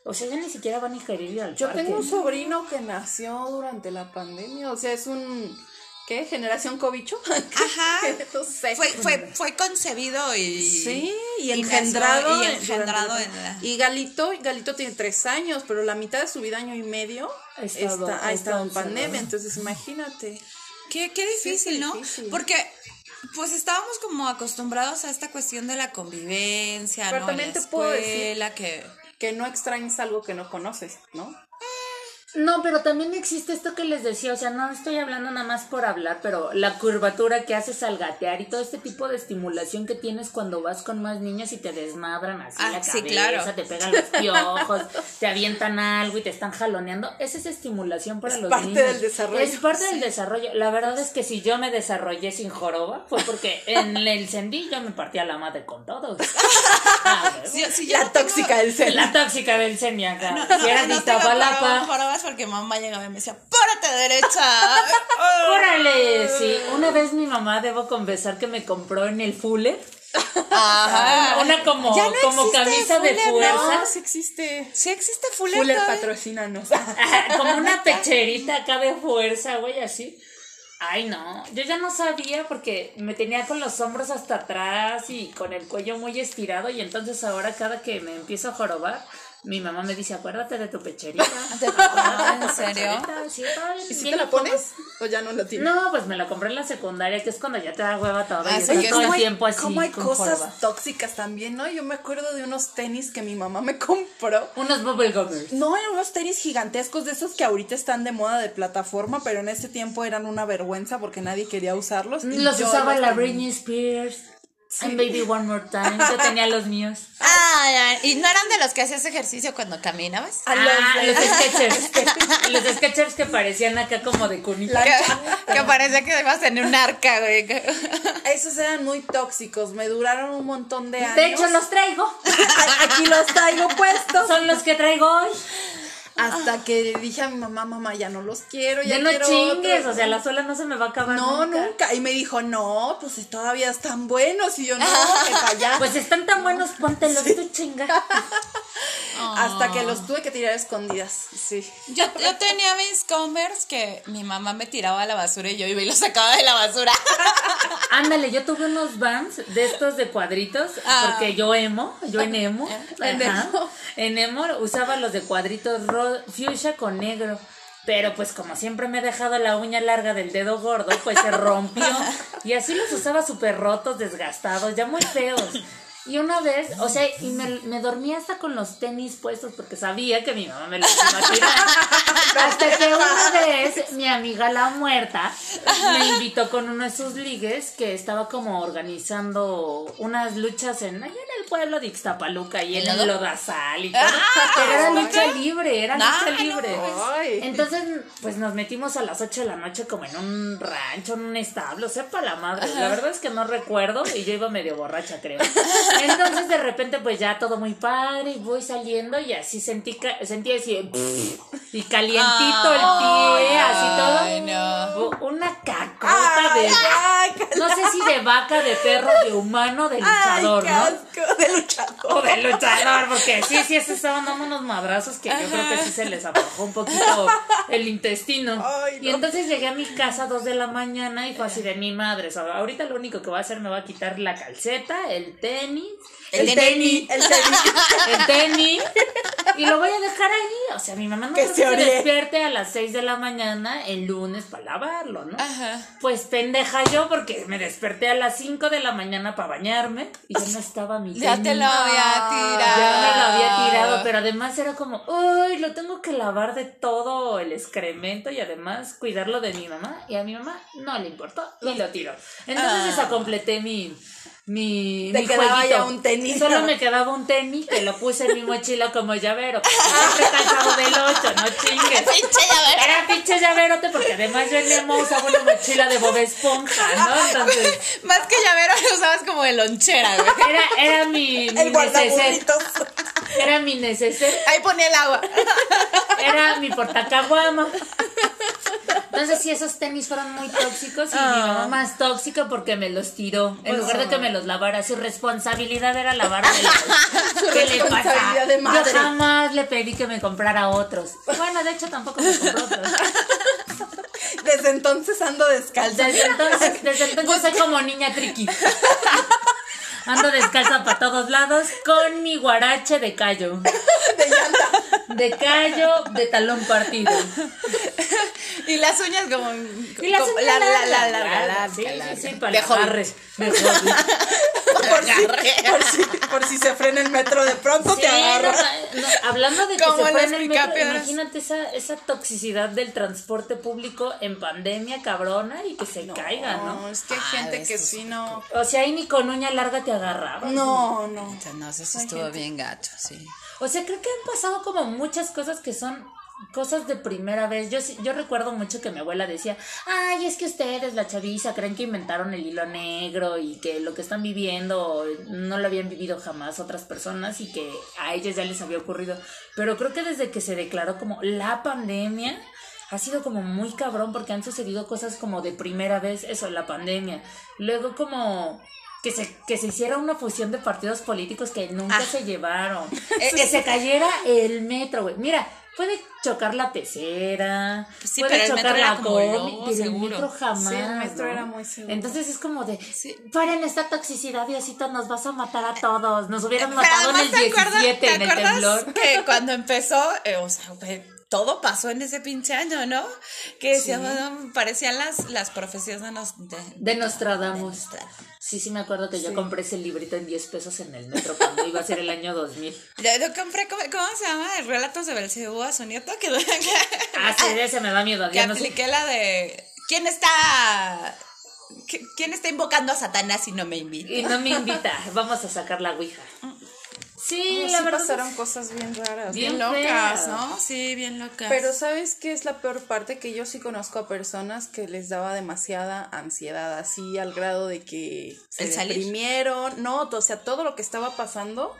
[SPEAKER 2] o sea, ya ni siquiera van a querer ir al
[SPEAKER 3] Yo
[SPEAKER 2] parque.
[SPEAKER 3] tengo un sobrino que nació durante la pandemia, o sea, es un... ¿Qué? ¿Generación cobicho? <laughs>
[SPEAKER 1] Ajá.
[SPEAKER 3] no sé.
[SPEAKER 1] fue, fue, fue concebido y.
[SPEAKER 3] Sí, y
[SPEAKER 1] nació-
[SPEAKER 3] engendrado.
[SPEAKER 1] Y
[SPEAKER 3] en-
[SPEAKER 1] engendrado
[SPEAKER 3] durante-
[SPEAKER 1] en la-
[SPEAKER 3] Y Galito, Galito tiene tres años, pero la mitad de su vida, año y medio,
[SPEAKER 2] Ha estado-
[SPEAKER 3] está-
[SPEAKER 2] ha
[SPEAKER 3] ha estado en
[SPEAKER 2] estado
[SPEAKER 3] pandemia.
[SPEAKER 2] encerrado.
[SPEAKER 3] Entonces, imagínate.
[SPEAKER 1] Qué, qué difícil, ¿no?
[SPEAKER 3] difícil.
[SPEAKER 1] Porque pues estábamos como acostumbrados a esta cuestión de la convivencia,
[SPEAKER 3] Pero
[SPEAKER 1] ¿no?
[SPEAKER 3] también
[SPEAKER 1] En la
[SPEAKER 3] te puedo decir-
[SPEAKER 1] escuela, que
[SPEAKER 3] Que no extrañes algo que no conoces, ¿no?
[SPEAKER 2] No, pero también existe esto que les decía, o sea, no estoy hablando nada más por hablar, pero la curvatura que haces al gatear y todo este tipo de estimulación que tienes cuando vas con más niños y te desmadran así
[SPEAKER 1] Ah,
[SPEAKER 2] la cabeza,
[SPEAKER 1] sí, claro.
[SPEAKER 2] te pegan los piojos, te avientan algo y te están jaloneando. Esa es estimulación para
[SPEAKER 3] Es
[SPEAKER 2] los
[SPEAKER 3] parte
[SPEAKER 2] niños.
[SPEAKER 3] del desarrollo.
[SPEAKER 2] Es parte del desarrollo. La verdad es que si yo me desarrollé sin joroba fue porque en el sendí yo me partía la madre
[SPEAKER 1] <laughs>
[SPEAKER 2] con todos. Ah, huevo.
[SPEAKER 1] Sí, sí, yo
[SPEAKER 3] La
[SPEAKER 1] no tengo- <laughs>
[SPEAKER 3] tóxica del cel.
[SPEAKER 2] La tóxica del semi acá.
[SPEAKER 1] No,
[SPEAKER 2] si era
[SPEAKER 1] no
[SPEAKER 2] de
[SPEAKER 1] tengo
[SPEAKER 2] Iztapalapa.
[SPEAKER 1] joroba- jorobas porque mamá llegaba y me decía, ¡párate derecha! <laughs>
[SPEAKER 2] ¡Órale! Sí, una vez mi mamá, debo confesar que me compró en el Fuller
[SPEAKER 1] Ajá.
[SPEAKER 2] una como,
[SPEAKER 1] Ah, Ya no
[SPEAKER 2] como
[SPEAKER 1] existe
[SPEAKER 2] camisa de
[SPEAKER 1] Fuller, ¿no?
[SPEAKER 2] fuerza,
[SPEAKER 3] No, sí existe.
[SPEAKER 1] Sí existe Fuller,
[SPEAKER 3] Fuller Ah,
[SPEAKER 1] todavía.
[SPEAKER 3] patrocínanos.
[SPEAKER 2] ajá, como una pecherita acá de fuerza, güey, así. Ay, no, yo ya no sabía porque me tenía con los hombros hasta atrás y con el cuello muy estirado y entonces ahora cada que me empiezo a jorobar, mi mamá me dice, acuérdate de tu pecherita.
[SPEAKER 1] ¿Te acuerdas? <laughs> ¿En serio?
[SPEAKER 2] <laughs> Pecherita, sí, ay,
[SPEAKER 3] ¿Y si
[SPEAKER 2] bien
[SPEAKER 3] te la
[SPEAKER 2] incómodo.
[SPEAKER 3] pones o ya no la tienes?
[SPEAKER 2] No, pues me la compré en la secundaria, que es cuando ya te da hueva todo
[SPEAKER 1] Ah,
[SPEAKER 2] y
[SPEAKER 1] sí,
[SPEAKER 2] estás
[SPEAKER 1] que
[SPEAKER 2] todo el
[SPEAKER 1] ¿cómo
[SPEAKER 2] tiempo así
[SPEAKER 3] cómo hay
[SPEAKER 2] con
[SPEAKER 3] cosas
[SPEAKER 2] joroba.
[SPEAKER 3] tóxicas también, ¿no? Yo me acuerdo de unos tenis que mi mamá me <laughs> compró.
[SPEAKER 2] Unos bubblegummers.
[SPEAKER 3] No, eran unos tenis gigantescos de esos que ahorita están de moda de plataforma, pero en ese tiempo eran una vergüenza porque nadie quería usarlos. y
[SPEAKER 2] Los
[SPEAKER 3] Mm, yo
[SPEAKER 2] usaba
[SPEAKER 3] los
[SPEAKER 2] la
[SPEAKER 3] tenía.
[SPEAKER 2] Britney Spears. And Baby One More Time. Yo tenía los míos.
[SPEAKER 1] Ah, ¿y no eran de los que hacías ejercicio cuando caminabas?
[SPEAKER 3] <laughs> A los
[SPEAKER 2] ah,
[SPEAKER 3] de- Este.
[SPEAKER 2] los
[SPEAKER 3] <laughs>
[SPEAKER 2] Skechers. los Skechers que parecían acá como de cunita.
[SPEAKER 1] Que, que parecía que ibas en un arca, güey.
[SPEAKER 3] <laughs> Esos eran muy tóxicos, me duraron un montón de años.
[SPEAKER 2] De hecho, los traigo.
[SPEAKER 3] aquí los traigo puestos.
[SPEAKER 2] Son los que traigo hoy.
[SPEAKER 3] Hasta que le dije a mi mamá, mamá, ya no los quiero, ya,
[SPEAKER 2] Ya no
[SPEAKER 3] quiero
[SPEAKER 2] chingues.
[SPEAKER 3] otros".
[SPEAKER 2] O sea, la suela no se me va a acabar.
[SPEAKER 3] No,
[SPEAKER 2] Ah, nunca.
[SPEAKER 3] nunca. Y me dijo, no, pues si todavía están buenos. Y yo, no, que
[SPEAKER 2] <laughs>
[SPEAKER 3] para allá.
[SPEAKER 2] Pues si están tan buenos, póntelos tú chinga.
[SPEAKER 3] <laughs> Hasta
[SPEAKER 2] Ah.
[SPEAKER 3] que los tuve que tirar a escondidas. Sí.
[SPEAKER 1] Yo, yo tenía mis Converse que mi mamá me tiraba a la basura y yo iba y los sacaba de la basura.
[SPEAKER 2] Ándale, yo tuve unos bands de estos de cuadritos,
[SPEAKER 1] Ah.
[SPEAKER 2] porque yo emo, yo en emo,
[SPEAKER 3] En
[SPEAKER 2] ajá,
[SPEAKER 3] emo.
[SPEAKER 2] en emo usaba los de cuadritos ro- fuchsia con negro. Pero pues como siempre me he dejado la uña larga del dedo gordo, pues se rompió. Y así los usaba súper rotos, desgastados, ya muy feos. Y una vez, o sea, y me, me dormía hasta con los tenis puestos porque sabía que mi mamá me los iba a tirar. <laughs> Hasta que una vez mi amiga la muerta me invitó con uno de sus ligues que estaba como organizando unas luchas en allá en el pueblo de Ixtapaluca y en el Lodazal y todo. Pero era lucha libre, era
[SPEAKER 1] Ah,
[SPEAKER 2] lucha
[SPEAKER 1] no.
[SPEAKER 2] libre.
[SPEAKER 3] Ay.
[SPEAKER 2] Entonces, pues nos metimos a las 8 de la noche como en un rancho, en un establo, sepa la madre. La verdad es que no recuerdo y yo iba medio borracha, creo. Entonces, de repente, pues ya todo muy padre y voy saliendo y así sentí, ca- sentí así y calientito el pie, así todo.
[SPEAKER 1] Ay, no.
[SPEAKER 2] Bu- Una cacota de. <laughs> No sé si de vaca, de perro, de humano, de luchador,
[SPEAKER 3] qué
[SPEAKER 2] ¿no?
[SPEAKER 3] asco, de luchador.
[SPEAKER 2] O de luchador, porque sí, sí, se estaban dando unos madrazos que yo creo que sí se les apagó un poquito el intestino.
[SPEAKER 3] Ay,
[SPEAKER 2] Y
[SPEAKER 3] no.
[SPEAKER 2] entonces llegué a mi casa a dos de la mañana y fue así de mi madre. o sea, ahorita lo único que voy a hacer me va a quitar la calceta, el tenis.
[SPEAKER 1] El tenis.
[SPEAKER 3] El tenis.
[SPEAKER 2] <laughs> El tenis. Y lo voy a dejar ahí. O sea, mi mamá no
[SPEAKER 3] Que
[SPEAKER 2] creo
[SPEAKER 3] se
[SPEAKER 2] que se
[SPEAKER 3] orie.
[SPEAKER 2] despierte a las 6 de la mañana el lunes para lavarlo, ¿no?
[SPEAKER 1] Ajá.
[SPEAKER 2] Pues pendeja yo porque me desperté a las 5 de la mañana para bañarme y ya no estaba
[SPEAKER 1] <laughs>
[SPEAKER 2] mi
[SPEAKER 1] Ya
[SPEAKER 2] tenis.
[SPEAKER 1] te lo había tirado.
[SPEAKER 2] Ya me lo había
[SPEAKER 3] Ah.
[SPEAKER 2] tirado,
[SPEAKER 1] <laughs>
[SPEAKER 2] pero además era como, uy, lo tengo que lavar de todo el excremento y además cuidarlo de mi mamá. Y a mi mamá no le importó y lo tiró. Entonces desacompleté mi. Mi,
[SPEAKER 3] Ah. Te
[SPEAKER 2] mi
[SPEAKER 3] quedaba
[SPEAKER 2] jueguito.
[SPEAKER 3] ya un tenis.
[SPEAKER 2] Solo me quedaba un tenis que lo puse en mi mochila como llavero.
[SPEAKER 3] <laughs>
[SPEAKER 2] Siempre calzado del 8, no chingues.
[SPEAKER 1] Pinche llavero.
[SPEAKER 2] Era pinche llaverote porque además yo en Nemo usaba una mochila de Bob Esponja, ¿no? Entonces,
[SPEAKER 1] Más que llavero lo usabas como de lonchera, güey.
[SPEAKER 2] era, era mi, mi neceser.
[SPEAKER 3] El guardaburritos.
[SPEAKER 2] Era mi neceser.
[SPEAKER 1] Ahí ponía el agua.
[SPEAKER 2] Era mi portacaguama. Entonces sí, esos tenis fueron muy tóxicos y
[SPEAKER 3] Ah.
[SPEAKER 2] mi mamá más tóxica porque me los tiró.
[SPEAKER 3] Pues
[SPEAKER 2] En lugar de que me los lavara, su responsabilidad era lavármelos.
[SPEAKER 3] <laughs>
[SPEAKER 2] ¿Qué le pasa?
[SPEAKER 3] responsabilidad de madre.
[SPEAKER 2] Yo jamás le pedí que me comprara otros. Bueno, de hecho tampoco me compró
[SPEAKER 3] <laughs>
[SPEAKER 2] otros.
[SPEAKER 3] Desde entonces ando descalza.
[SPEAKER 2] Desde entonces, desde entonces soy como niña triqui. Ando descalza para todos lados con mi guarache de callo. De callo de talón partido.
[SPEAKER 1] Y las uñas como.
[SPEAKER 2] Y las
[SPEAKER 1] como-
[SPEAKER 2] uñas
[SPEAKER 1] la- la-
[SPEAKER 2] largas,
[SPEAKER 1] la- la- la-
[SPEAKER 2] largas,
[SPEAKER 1] larga,
[SPEAKER 2] sí,
[SPEAKER 1] larga.
[SPEAKER 2] sí, sí, para
[SPEAKER 1] De
[SPEAKER 2] el
[SPEAKER 1] hobby.
[SPEAKER 2] agarre,
[SPEAKER 1] <laughs>
[SPEAKER 2] de hobby.
[SPEAKER 3] <laughs> Por si, por, si, por si se frena el metro de pronto
[SPEAKER 2] Sí,
[SPEAKER 3] te agarra.
[SPEAKER 2] no, no, hablando de que
[SPEAKER 1] Como
[SPEAKER 2] se
[SPEAKER 1] el
[SPEAKER 2] frena el metro,
[SPEAKER 1] explicapiedras.
[SPEAKER 2] imagínate esa, esa toxicidad del transporte público en pandemia cabrona y que se caiga, ¿no?
[SPEAKER 3] es que hay
[SPEAKER 1] Ah,
[SPEAKER 3] gente
[SPEAKER 1] eso
[SPEAKER 3] que
[SPEAKER 1] es
[SPEAKER 3] sí no.
[SPEAKER 2] O sea, ahí ni con uña larga te agarraba.
[SPEAKER 3] No, no.
[SPEAKER 1] No, eso sí estuvo bien gacho, sí.
[SPEAKER 2] O sea, creo que han pasado como muchas cosas que son cosas de primera vez. Yo, sí- yo recuerdo mucho que mi abuela decía, ay, es que ustedes, la chaviza, creen que inventaron el hilo negro y que lo que están viviendo no lo habían vivido jamás otras personas y que a ellas ya les había ocurrido. Pero creo que desde que se declaró como la pandemia... Ha sido como muy cabrón porque han sucedido cosas como de primera vez, eso, la pandemia. Luego como que se, que se hiciera una fusión de partidos políticos que nunca
[SPEAKER 1] Ah. <laughs>
[SPEAKER 2] se llevaron. Eh, que se cayera el metro, güey. Mira, puede chocar la pecera,
[SPEAKER 1] Pues Sí,
[SPEAKER 2] puede
[SPEAKER 1] pero el
[SPEAKER 2] chocar
[SPEAKER 1] metro era
[SPEAKER 2] la
[SPEAKER 1] como el
[SPEAKER 2] Comi,
[SPEAKER 1] lobo,
[SPEAKER 2] pero el
[SPEAKER 1] seguro.
[SPEAKER 2] metro jamás.
[SPEAKER 3] Sí, el metro
[SPEAKER 2] ¿no?
[SPEAKER 3] era muy seguro.
[SPEAKER 2] Entonces es como de, paren esta toxicidad, Diosito, nos vas a matar a todos. Nos hubieran matado en
[SPEAKER 1] Eh, además,
[SPEAKER 2] el 17 en el temblor. <laughs>
[SPEAKER 1] que cuando empezó, eh, o sea, güey, todo pasó en ese pinche año, ¿no? Que decíamos, no, parecían las, las profecías de nos... de-
[SPEAKER 2] De Nostradamus.
[SPEAKER 1] Nostradamus.
[SPEAKER 2] Sí, sí, me acuerdo que yo compré ese librito en 10 pesos en el metro cuando iba a ser el año 2000.
[SPEAKER 1] Yo, yo compré, ¿cómo, cómo se llama? Relatos de Belcebú a su nieto, que, <laughs>
[SPEAKER 2] Ah, sí, ese me da miedo.
[SPEAKER 1] que
[SPEAKER 2] Ya no sé.
[SPEAKER 1] apliqué la de... ¿Quién está...? qui- ¿Quién está invocando a Satanás y no me invita?
[SPEAKER 2] Y no me invita. Vamos a sacar la ouija. Sí,
[SPEAKER 3] No,
[SPEAKER 2] la
[SPEAKER 3] sí
[SPEAKER 2] verdad.
[SPEAKER 3] pasaron cosas bien raras.
[SPEAKER 2] Bien
[SPEAKER 3] Bien
[SPEAKER 2] feas.
[SPEAKER 3] locas, ¿no?
[SPEAKER 1] No, sí, bien loca.
[SPEAKER 3] Pero ¿sabes qué es la peor parte? Que yo sí conozco a personas que les daba demasiada ansiedad, así al grado de que se
[SPEAKER 1] ¿El salir?
[SPEAKER 3] deprimieron. No, o sea, todo lo que estaba pasando,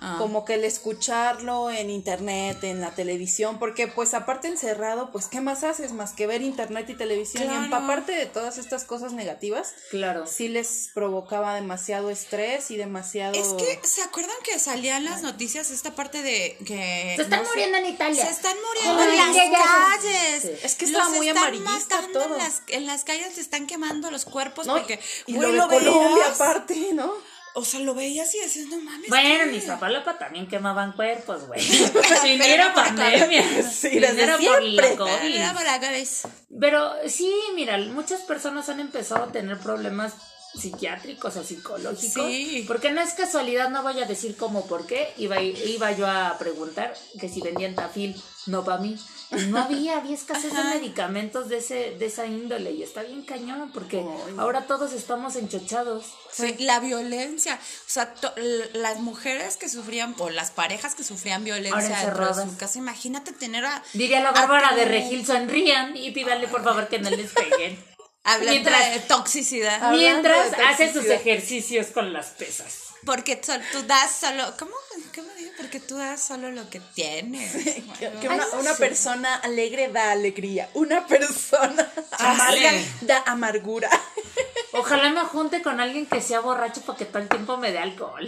[SPEAKER 1] Ah.
[SPEAKER 3] como que el escucharlo en internet, en la televisión, porque pues aparte encerrado, pues ¿qué más haces más que ver internet y televisión?
[SPEAKER 1] Claro.
[SPEAKER 3] Y empaparte de todas estas cosas negativas,
[SPEAKER 2] Claro.
[SPEAKER 3] sí les provocaba demasiado estrés y demasiado...
[SPEAKER 1] Es que, ¿se acuerdan que salían las noticias esta parte de que...
[SPEAKER 4] Se
[SPEAKER 1] no
[SPEAKER 4] están
[SPEAKER 1] sé,
[SPEAKER 4] muriendo en Italia.
[SPEAKER 1] Se están muriendo
[SPEAKER 4] Ay,
[SPEAKER 1] en las
[SPEAKER 4] ya, ya.
[SPEAKER 1] calles.
[SPEAKER 2] Sí.
[SPEAKER 3] Es que
[SPEAKER 1] Los
[SPEAKER 3] estaba muy
[SPEAKER 1] están
[SPEAKER 3] amarillista
[SPEAKER 1] matando
[SPEAKER 3] todo.
[SPEAKER 1] En las, en las calles se están quemando los cuerpos
[SPEAKER 3] ¿no?
[SPEAKER 1] porque
[SPEAKER 3] y
[SPEAKER 1] güey,
[SPEAKER 3] lo de Colombia
[SPEAKER 1] veías.
[SPEAKER 3] aparte, ¿no?
[SPEAKER 1] O sea, lo veías y decías, no mames.
[SPEAKER 2] Bueno,
[SPEAKER 1] ¿qué?
[SPEAKER 2] en Iztapalapa también quemaban cuerpos,
[SPEAKER 3] <laughs>
[SPEAKER 2] güey. Primero pandemia.
[SPEAKER 3] Sí,
[SPEAKER 2] Primero
[SPEAKER 3] desde
[SPEAKER 2] por la
[SPEAKER 3] siempre.
[SPEAKER 2] COVID.
[SPEAKER 1] Era por la cabeza.
[SPEAKER 2] Pero sí, mira, muchas personas han empezado a tener problemas psiquiátricos o psicológicos.
[SPEAKER 1] Sí.
[SPEAKER 2] Porque no es casualidad, no voy a decir cómo, por qué. Iba, iba yo a preguntar que si vendían tafil, no para mí. Y No había, había escasez de medicamentos de, ese, de esa índole. Y está bien cañón, porque ahora todos estamos enchochados.
[SPEAKER 1] Sí, la violencia. O sea, to- l- las mujeres que sufrían, o las parejas que sufrían violencia
[SPEAKER 2] Ahora
[SPEAKER 1] dentro de
[SPEAKER 2] encerradas.
[SPEAKER 1] su casa, imagínate tener a.
[SPEAKER 2] Diría
[SPEAKER 3] Ah,
[SPEAKER 2] la
[SPEAKER 1] a
[SPEAKER 2] Bárbara
[SPEAKER 1] tu-
[SPEAKER 2] de Regil, sonrían y pídanle por favor que no les peguen.
[SPEAKER 1] Hablando
[SPEAKER 2] Mientras-
[SPEAKER 1] de toxicidad.
[SPEAKER 3] <laughs> Hablando de
[SPEAKER 2] Mientras hace sus
[SPEAKER 3] toxicidad.
[SPEAKER 2] ejercicios con las pesas.
[SPEAKER 1] Porque sol- tú das solo. ¿Cómo? ¿Cómo digo? Porque tú das solo lo que tienes.
[SPEAKER 3] Que
[SPEAKER 1] Bueno.
[SPEAKER 3] que una, una persona alegre da alegría, una <laughs> persona amarga da amargura.
[SPEAKER 2] Ojalá me junte con alguien que sea borracho para que todo el tiempo me
[SPEAKER 1] <laughs>
[SPEAKER 2] dé alcohol.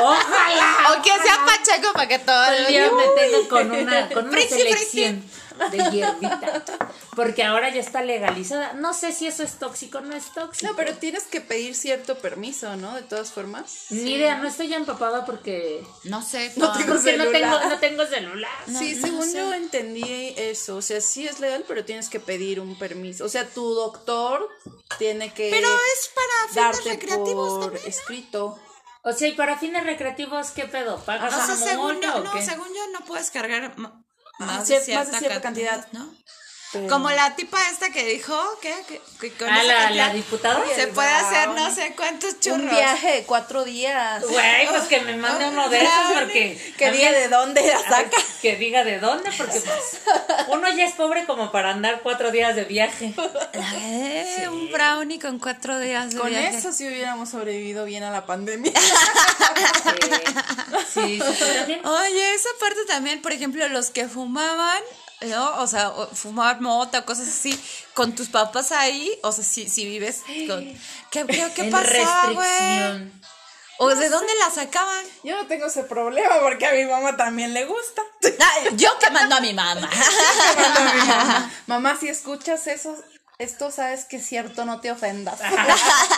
[SPEAKER 2] Ojalá.
[SPEAKER 1] O que sea Pacheco para que todo
[SPEAKER 2] Todo el día me tenga con una, con una
[SPEAKER 1] Friki,
[SPEAKER 2] selección de hierbita. Porque ahora ya está legalizada. No sé si eso es tóxico o no es tóxico.
[SPEAKER 3] No, pero tienes que pedir cierto permiso, ¿no? De todas formas.
[SPEAKER 1] pues,
[SPEAKER 2] Ni idea, no estoy ya empapada porque,
[SPEAKER 1] No sé.
[SPEAKER 3] No
[SPEAKER 1] por-
[SPEAKER 3] tengo
[SPEAKER 2] porque no, tengo,
[SPEAKER 3] celular.
[SPEAKER 2] no tengo celular.
[SPEAKER 3] sí,
[SPEAKER 1] no
[SPEAKER 3] según
[SPEAKER 1] sé.
[SPEAKER 3] yo entendí eso. O sea, sí es legal, pero tienes que pedir un permiso. O sea, tu doctor tiene que
[SPEAKER 1] Pero es para fines
[SPEAKER 3] darte
[SPEAKER 1] recreativos
[SPEAKER 3] por
[SPEAKER 1] también,
[SPEAKER 3] escrito.
[SPEAKER 2] O sea, y para fines recreativos, ¿qué pedo? ¿Pagas
[SPEAKER 1] O sea,
[SPEAKER 2] una
[SPEAKER 1] según
[SPEAKER 2] multa
[SPEAKER 1] yo,
[SPEAKER 2] o
[SPEAKER 1] no,
[SPEAKER 2] qué?
[SPEAKER 1] según yo no puedes cargar ma- más,
[SPEAKER 3] cier-
[SPEAKER 1] de cierta, cantidad, ¿no?
[SPEAKER 3] pero-
[SPEAKER 1] Como la tipa esta que dijo que, que- que con
[SPEAKER 2] Ah,
[SPEAKER 1] esa
[SPEAKER 2] la,
[SPEAKER 1] cantidad
[SPEAKER 2] la diputada.
[SPEAKER 1] se puede hacer no sé cuántos churros.
[SPEAKER 3] Un
[SPEAKER 1] <laughs>
[SPEAKER 3] viaje de cuatro días.
[SPEAKER 2] Güey, pues que me mande uno de esos porque.
[SPEAKER 3] Que
[SPEAKER 2] a mí-
[SPEAKER 3] diga de dónde la
[SPEAKER 2] a ver,
[SPEAKER 3] saca.
[SPEAKER 2] Que diga de dónde, porque pues, uno ya es pobre como para andar cuatro días de viaje.
[SPEAKER 1] Eh, Un brownie con cuatro días de
[SPEAKER 3] Con
[SPEAKER 1] viaje.
[SPEAKER 3] eso sí hubiéramos sobrevivido bien a la pandemia.
[SPEAKER 2] Sí, sí, sí, también.
[SPEAKER 1] Oye, esa parte también, por ejemplo, los que fumaban, eh, ¿no? O sea, o- fumar mota, cosas así, con tus papás ahí, o sea, si, si vives con... ¿Qué, qué, qué
[SPEAKER 2] <laughs> En
[SPEAKER 1] pasaba, güey?
[SPEAKER 2] restricción.
[SPEAKER 1] ¿O de dónde la
[SPEAKER 2] <laughs>
[SPEAKER 1] sacaban?
[SPEAKER 3] Yo no tengo ese problema porque a mi mamá también le gusta. <laughs>
[SPEAKER 1] Ah, Yo que mando a mi
[SPEAKER 2] <laughs>
[SPEAKER 1] mamá.
[SPEAKER 3] mamá, si escuchas eso, esto sabes que es cierto, no te ofendas.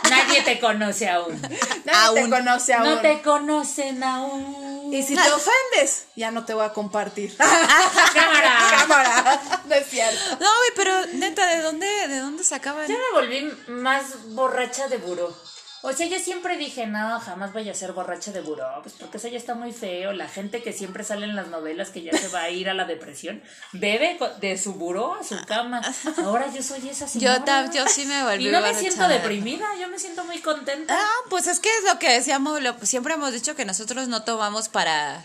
[SPEAKER 2] Nadie te conoce aún.
[SPEAKER 3] <laughs> Nadie
[SPEAKER 1] Aún.
[SPEAKER 3] te conoce aún.
[SPEAKER 2] No Ah. te conocen aún.
[SPEAKER 3] <laughs> Y si te ofendes, ya no te voy a compartir.
[SPEAKER 2] Cámara.
[SPEAKER 3] <laughs> Cámara. No es cierto.
[SPEAKER 1] <laughs> No, güey, pero neta, ¿de dónde, de dónde sacaban?
[SPEAKER 2] Yo me volví más borracha de buró. O sea, yo siempre dije, no, jamás voy a ser borracha de buró, pues porque eso ya está muy feo. La gente que siempre sale en las novelas que ya se va a ir a la depresión, bebe co- de su buró a su cama. Ahora yo soy esa
[SPEAKER 1] <laughs> Yo,
[SPEAKER 2] señora.
[SPEAKER 1] tam- yo sí me volví
[SPEAKER 2] Y no me
[SPEAKER 1] borracha
[SPEAKER 2] siento
[SPEAKER 1] de-
[SPEAKER 2] deprimida, yo me siento muy contenta.
[SPEAKER 1] Ah, pues es que es lo que decíamos, lo- siempre hemos dicho que nosotros no tomamos para,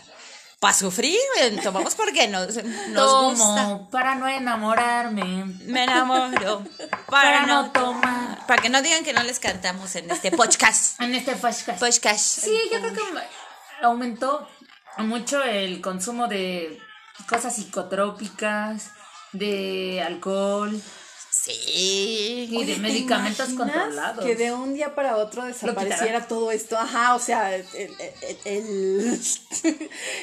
[SPEAKER 1] para sufrir, güey, tomamos porque nos, nos gusta.
[SPEAKER 2] Tomo para no enamorarme,
[SPEAKER 1] Me enamoro para,
[SPEAKER 2] para
[SPEAKER 1] no,
[SPEAKER 2] no tomar.
[SPEAKER 1] Para que no digan que no les cantamos en este podcast.
[SPEAKER 2] En este podcast.
[SPEAKER 1] podcast.
[SPEAKER 2] Sí, yo creo que aumentó mucho el consumo de cosas psicotrópicas, de alcohol
[SPEAKER 1] Sí.
[SPEAKER 2] y de medicamentos controlados.
[SPEAKER 3] Que de un día para otro desapareciera
[SPEAKER 2] quitarán.
[SPEAKER 3] todo esto. Ajá, o sea, el, el, el,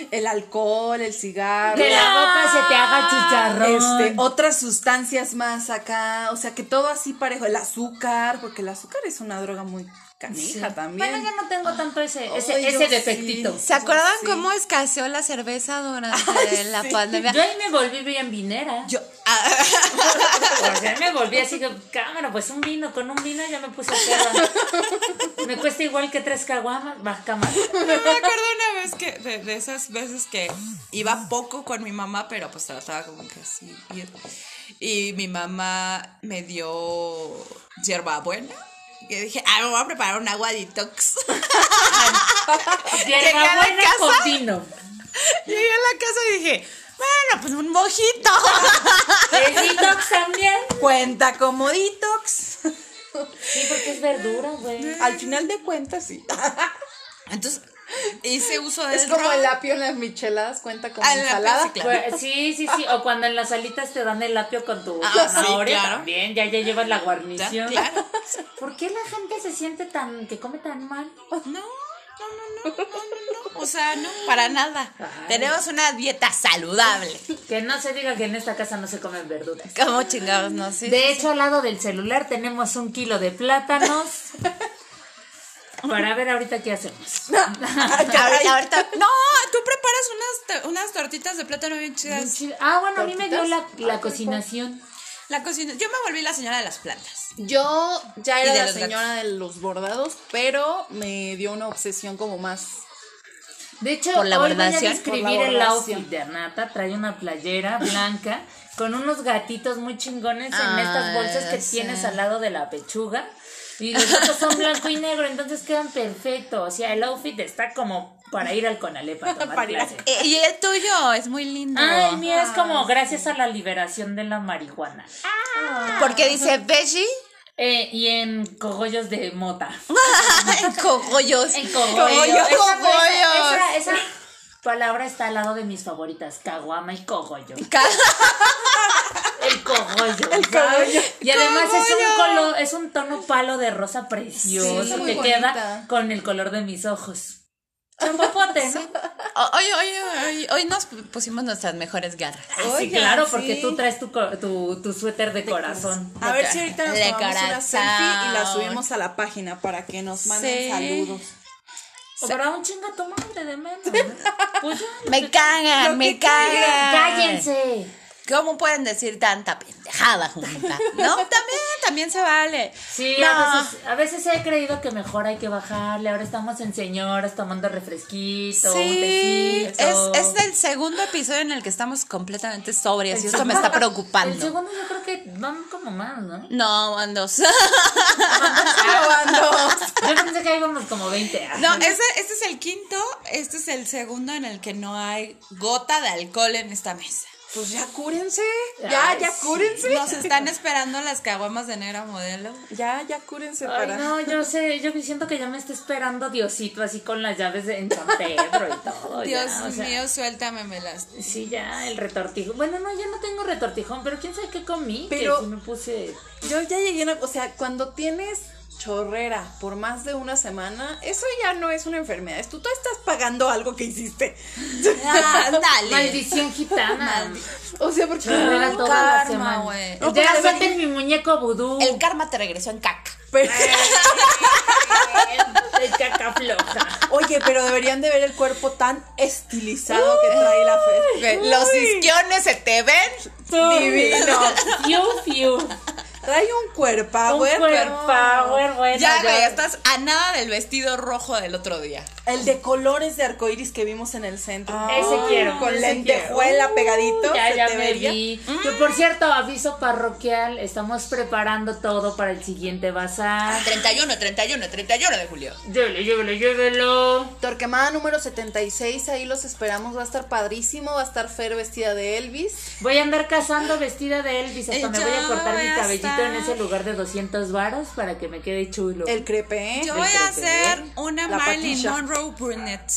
[SPEAKER 3] el <laughs> alcohol, el cigarro.
[SPEAKER 2] Que la boca se te haga chicharrón.
[SPEAKER 3] Este, otras sustancias más acá, o sea que todo así parejo, el azúcar, porque el azúcar es una droga muy canija también.
[SPEAKER 2] Bueno, yo no tengo tanto ese, ese,
[SPEAKER 3] Ay, yo
[SPEAKER 2] ese
[SPEAKER 3] sí.
[SPEAKER 2] defectito.
[SPEAKER 1] ¿Se acuerdan
[SPEAKER 3] Sí.
[SPEAKER 1] cómo escaseó la cerveza durante <laughs> la pandemia?
[SPEAKER 2] Yo ahí me volví bien vinera.
[SPEAKER 1] Yo- ah,
[SPEAKER 2] O sea, me volví así que, cámara, pues un vino, con un vino ya me puse perra. Me cuesta igual que tres caguamas, más cámara.
[SPEAKER 1] Yo me acuerdo una vez que, de, de esas veces que iba poco con mi mamá, pero pues trataba como que así ir. Y mi mamá me dio hierbabuena. Y dije, ah, me voy a preparar un agua detox. <laughs>
[SPEAKER 2] Hierba
[SPEAKER 1] cada
[SPEAKER 2] buena
[SPEAKER 1] casa-
[SPEAKER 2] con vino.
[SPEAKER 1] Llegué a la casa y dije, bueno, pues un mojito.
[SPEAKER 2] El detox también.
[SPEAKER 3] Cuenta como detox.
[SPEAKER 2] Sí, porque es verdura, güey.
[SPEAKER 3] Al final de cuentas, sí.
[SPEAKER 1] Entonces, hice uso de
[SPEAKER 3] Es como el apio en las micheladas, cuenta como
[SPEAKER 1] Ah, el apio, sí,
[SPEAKER 3] ensalada.
[SPEAKER 1] claro.
[SPEAKER 2] Pues, Sí, sí, sí. O cuando en las alitas te dan el apio con tu
[SPEAKER 1] Ah, sí,
[SPEAKER 2] zanahoria
[SPEAKER 1] claro.
[SPEAKER 2] también. Ya, ya llevas la guarnición.
[SPEAKER 1] <laughs> Claro.
[SPEAKER 2] ¿Por qué la gente se siente tan. que come tan mal?
[SPEAKER 1] No, no, no, no, no, no, no. O sea, no, para nada.
[SPEAKER 2] Ay.
[SPEAKER 1] Tenemos una dieta saludable.
[SPEAKER 2] Que no se diga que en esta casa no se comen verduras.
[SPEAKER 1] ¿Cómo chingados? No sé.
[SPEAKER 2] De hecho, al lado del celular tenemos un kilo
[SPEAKER 1] <laughs>
[SPEAKER 2] de plátanos. Para ver ahorita qué hacemos.
[SPEAKER 3] <laughs>
[SPEAKER 1] Ahorita, ahorita- No, tú preparas unas, to- unas tortitas de plátano bien chidas.
[SPEAKER 2] Ah, bueno, a mí me dio la, la cocinación.
[SPEAKER 1] La cocina. Yo me volví la señora de las plantas.
[SPEAKER 3] Yo ya era
[SPEAKER 1] Y de
[SPEAKER 3] la
[SPEAKER 1] los gatos.
[SPEAKER 3] señora de los bordados, pero me dio una obsesión como más.
[SPEAKER 2] De hecho,
[SPEAKER 1] Por la
[SPEAKER 2] hoy voy a
[SPEAKER 1] bordación.
[SPEAKER 2] describir
[SPEAKER 3] Por la
[SPEAKER 2] el
[SPEAKER 3] bordación.
[SPEAKER 2] outfit de Anata. Trae una playera blanca con unos gatitos muy chingones en
[SPEAKER 1] Ah,
[SPEAKER 2] estas bolsas que
[SPEAKER 1] sí.
[SPEAKER 2] tienes al lado de la pechuga. Y los gatos son blanco y negro, entonces quedan perfectos. O sea, el outfit está como para ir al Conalepa
[SPEAKER 3] <laughs>
[SPEAKER 2] a tomar
[SPEAKER 3] Para ir a-
[SPEAKER 2] clase.
[SPEAKER 1] Eh, Y el tuyo es muy lindo.
[SPEAKER 2] Ay, mira, es como gracias a la liberación de la marihuana.
[SPEAKER 1] Porque dice veggie
[SPEAKER 2] Eh, y en cogollos de mota.
[SPEAKER 1] <laughs> en cogollos.
[SPEAKER 2] En cogollos.
[SPEAKER 1] Cogollos.
[SPEAKER 2] Esa-
[SPEAKER 1] Cogollos.
[SPEAKER 2] esa- esa- esa palabra está al lado de mis favoritas, caguama y cogollo.
[SPEAKER 1] Ca- <laughs>
[SPEAKER 2] El cogollo. ¿sabes? Y además es un color, es un tono palo de rosa
[SPEAKER 3] Sí,
[SPEAKER 2] precioso
[SPEAKER 3] muy
[SPEAKER 2] que
[SPEAKER 3] bonita.
[SPEAKER 2] queda con el color de mis ojos. Champopote, ¿no? Ah,
[SPEAKER 1] O- Hoy, hoy, hoy, hoy nos pusimos nuestras mejores garras.
[SPEAKER 2] Ah, sí,
[SPEAKER 3] Oigan,
[SPEAKER 2] claro, porque
[SPEAKER 3] sí.
[SPEAKER 2] tú traes tu, co- tu, tu suéter de corazón.
[SPEAKER 3] A ver si ahorita nos
[SPEAKER 1] Le
[SPEAKER 3] tomamos una
[SPEAKER 1] corazón.
[SPEAKER 3] selfie y la subimos a la página para que nos manden
[SPEAKER 1] Sí.
[SPEAKER 3] saludos.
[SPEAKER 2] O para un chinga tu madre de menos. Pues ya,
[SPEAKER 1] Me cagan, <laughs> me cagan.
[SPEAKER 2] ¡Cállense!
[SPEAKER 1] ¿Cómo pueden decir tanta pendejada junta? No, también, también se vale.
[SPEAKER 2] Sí,
[SPEAKER 1] no.
[SPEAKER 2] a, veces, a veces he creído que mejor hay que bajarle. Ahora estamos en señoras tomando refresquito, un
[SPEAKER 1] Sí, es,
[SPEAKER 2] tecito.
[SPEAKER 1] es el segundo episodio en el que estamos completamente sobrias y eso me está
[SPEAKER 2] El
[SPEAKER 1] preocupando.
[SPEAKER 2] segundo yo creo que van como
[SPEAKER 1] <laughs>
[SPEAKER 2] más, ¿no?
[SPEAKER 1] No, andos.
[SPEAKER 2] Yo pensé que ahí íbamos como 20. ah.
[SPEAKER 1] No, ese, este es el quinto, este es el segundo en el que no hay gota de alcohol en esta mesa.
[SPEAKER 3] Pues ya cúrense. Ya,
[SPEAKER 2] Ay,
[SPEAKER 3] ya
[SPEAKER 2] sí.
[SPEAKER 3] cúrense.
[SPEAKER 1] Nos están esperando las caguamas de negra modelo.
[SPEAKER 3] Ya, ya cúrense
[SPEAKER 2] Ay,
[SPEAKER 3] para.
[SPEAKER 2] no, yo sé, yo siento que ya me está esperando Diosito así con las llaves de, en San Pedro y todo. Oh, ya,
[SPEAKER 1] Dios
[SPEAKER 2] o sea,
[SPEAKER 1] mío, suéltame, me las.
[SPEAKER 2] Sí, ya, el retortijón. Bueno, no, ya no tengo retortijón, pero quién sabe qué comí.
[SPEAKER 3] Pero-
[SPEAKER 2] Que si me puse.
[SPEAKER 3] Yo ya llegué, a una- o sea, cuando tienes chorrera por más de una semana, eso ya no es una enfermedad. Es tú, tú estás pagando algo que hiciste.
[SPEAKER 2] Ah,
[SPEAKER 1] <laughs> Ándale. <laughs>
[SPEAKER 2] Maldición gitana.
[SPEAKER 3] o sea,
[SPEAKER 2] Ah.
[SPEAKER 3] porque
[SPEAKER 2] Chorrera
[SPEAKER 1] El
[SPEAKER 2] toda la
[SPEAKER 1] karma,
[SPEAKER 2] semana.
[SPEAKER 1] güey.
[SPEAKER 3] No,
[SPEAKER 2] ya
[SPEAKER 3] pero
[SPEAKER 2] suelten mi muñeco vudú.
[SPEAKER 1] El karma te regresó en caca.
[SPEAKER 3] Pero-
[SPEAKER 2] Eh. De caca
[SPEAKER 1] <laughs>
[SPEAKER 2] floja.
[SPEAKER 3] <laughs> oye, pero deberían de ver el cuerpo tan estilizado que trae la Fer.
[SPEAKER 1] Ve, Los isquiones se te ven.
[SPEAKER 3] Divino.
[SPEAKER 2] Fiu, fiu.
[SPEAKER 3] Trae un cuerpo,
[SPEAKER 2] Un power, bueno.
[SPEAKER 1] ya, güey, estás a nada del vestido rojo del otro día.
[SPEAKER 3] El de colores de arcoiris que vimos en el centro.
[SPEAKER 2] Ah, Ese quiero.
[SPEAKER 3] Con
[SPEAKER 2] ese
[SPEAKER 3] lentejuela
[SPEAKER 2] quiero. Uh,
[SPEAKER 3] pegadito.
[SPEAKER 2] Ya,
[SPEAKER 3] se
[SPEAKER 2] ya
[SPEAKER 3] te
[SPEAKER 2] me
[SPEAKER 3] vería. Mm.
[SPEAKER 2] vi. Que por cierto, aviso parroquial, estamos preparando todo para el siguiente bazar.
[SPEAKER 1] 31, 31, 31 de julio.
[SPEAKER 2] Llévelo, llévelo, llévelo.
[SPEAKER 3] Torquemada número 76, ahí los esperamos. Va a estar padrísimo. Va a estar Fer vestida de Elvis.
[SPEAKER 2] Voy a andar cazando vestida de Elvis, hasta me
[SPEAKER 1] Yo
[SPEAKER 2] voy a cortar
[SPEAKER 1] voy
[SPEAKER 2] mi
[SPEAKER 1] a
[SPEAKER 2] cabellito en
[SPEAKER 1] estar-
[SPEAKER 2] ese lugar de 200 varos para que me quede chulo.
[SPEAKER 3] El
[SPEAKER 2] Eh,
[SPEAKER 3] crepe.
[SPEAKER 1] Yo voy a hacer una
[SPEAKER 3] La
[SPEAKER 1] Marilyn
[SPEAKER 3] patilla.
[SPEAKER 1] Monroe brunette.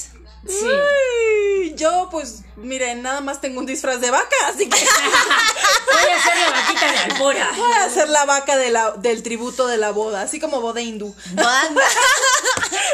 [SPEAKER 2] Sí.
[SPEAKER 3] Uy, Yo, pues, miren, nada más tengo un disfraz de vaca, así que <laughs>
[SPEAKER 2] Voy a hacer la vaquita de albura.
[SPEAKER 3] voy a hacer la vaca de la- del tributo de la boda, así como boda hindú.
[SPEAKER 1] <laughs>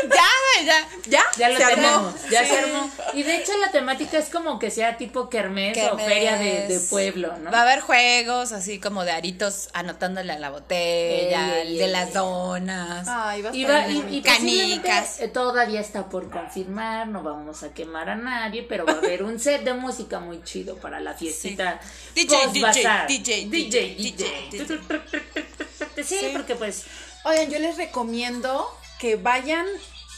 [SPEAKER 1] ya, güey,
[SPEAKER 2] <laughs>
[SPEAKER 1] ya.
[SPEAKER 3] ¿Ya?
[SPEAKER 2] Ya lo
[SPEAKER 3] ¿Se armó?
[SPEAKER 2] tenemos, ya
[SPEAKER 3] Sí.
[SPEAKER 2] se armó. Y de hecho la temática es como que sea tipo kermés, o
[SPEAKER 1] Kermés.
[SPEAKER 2] feria de, de pueblo, ¿no?
[SPEAKER 1] Va a haber juegos así como de aritos anotándole a la botella,
[SPEAKER 2] Ey, ey,
[SPEAKER 1] el de
[SPEAKER 2] ey. Ah.
[SPEAKER 1] las donas.
[SPEAKER 3] Ay, va a
[SPEAKER 2] Y,
[SPEAKER 3] estar
[SPEAKER 2] va-
[SPEAKER 3] muy
[SPEAKER 2] y-
[SPEAKER 3] bonito.
[SPEAKER 2] y
[SPEAKER 1] Canicas.
[SPEAKER 2] posiblemente, eh, Todavía está por confirmar, no vamos a quemar a nadie, pero va a haber un set de música muy chido para la fiestita.
[SPEAKER 1] Sí. DJ,
[SPEAKER 2] post-bazar.
[SPEAKER 1] DJ,
[SPEAKER 2] DJ,
[SPEAKER 1] DJ.
[SPEAKER 2] Sí, porque pues
[SPEAKER 3] Oigan, yo les recomiendo que vayan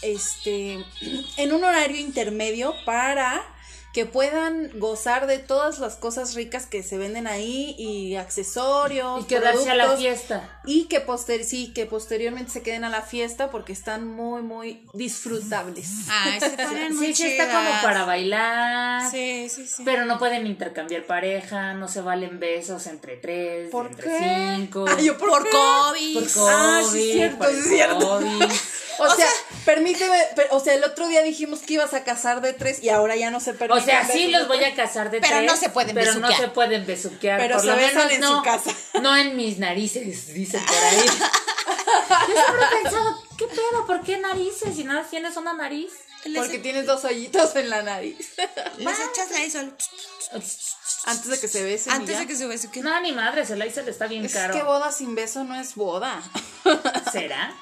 [SPEAKER 3] este <clears throat> en un horario intermedio para que puedan gozar de todas las cosas ricas que se venden ahí y accesorios
[SPEAKER 2] y quedarse a la
[SPEAKER 3] productos,
[SPEAKER 2] fiesta.
[SPEAKER 3] y que poster sí, que posteriormente se queden a la fiesta porque están muy muy disfrutables.
[SPEAKER 1] Ay, se ponen muy
[SPEAKER 2] Sí, sí, está como
[SPEAKER 1] chidas.
[SPEAKER 2] para bailar.
[SPEAKER 1] Sí, sí, sí.
[SPEAKER 2] Pero no pueden intercambiar pareja, no se valen besos entre tres,
[SPEAKER 3] ¿Por
[SPEAKER 2] entre
[SPEAKER 3] qué?
[SPEAKER 2] cinco.
[SPEAKER 3] Ay, yo,
[SPEAKER 1] Por COVID.
[SPEAKER 2] por COVID,
[SPEAKER 3] Ah, sí, cierto,
[SPEAKER 2] por el
[SPEAKER 3] sí, cierto.
[SPEAKER 2] COVID.
[SPEAKER 3] O, sea, permíteme, per- o sea, el otro día dijimos que ibas a casar de tres y ahora ya no se
[SPEAKER 2] O
[SPEAKER 3] permite.
[SPEAKER 2] sea,
[SPEAKER 3] ver-
[SPEAKER 2] sí los voy a casar de
[SPEAKER 1] Pero
[SPEAKER 2] tres.
[SPEAKER 1] no se pueden
[SPEAKER 2] pero
[SPEAKER 1] besuquear.
[SPEAKER 2] no se pueden besuquear.
[SPEAKER 3] Pero
[SPEAKER 2] por
[SPEAKER 3] se
[SPEAKER 2] lo
[SPEAKER 3] besan
[SPEAKER 2] menos
[SPEAKER 3] en
[SPEAKER 2] no,
[SPEAKER 3] su casa.
[SPEAKER 2] No en mis narices, dicen
[SPEAKER 1] <laughs>
[SPEAKER 2] por ahí. Yo siempre he pensado, ¿qué pedo? ¿Por qué narices? Si nada tienes una nariz.
[SPEAKER 3] porque <laughs> tienes dos hoyitos en la <laughs> nariz
[SPEAKER 1] Les echas la isol
[SPEAKER 3] antes de que se besen. y
[SPEAKER 1] antes
[SPEAKER 3] ya.
[SPEAKER 1] de que se besuquen.
[SPEAKER 2] No, ni madre, se la hizo, le está bien
[SPEAKER 3] Es
[SPEAKER 2] caro.
[SPEAKER 3] que boda sin beso no es boda. <laughs>
[SPEAKER 2] ¿Será?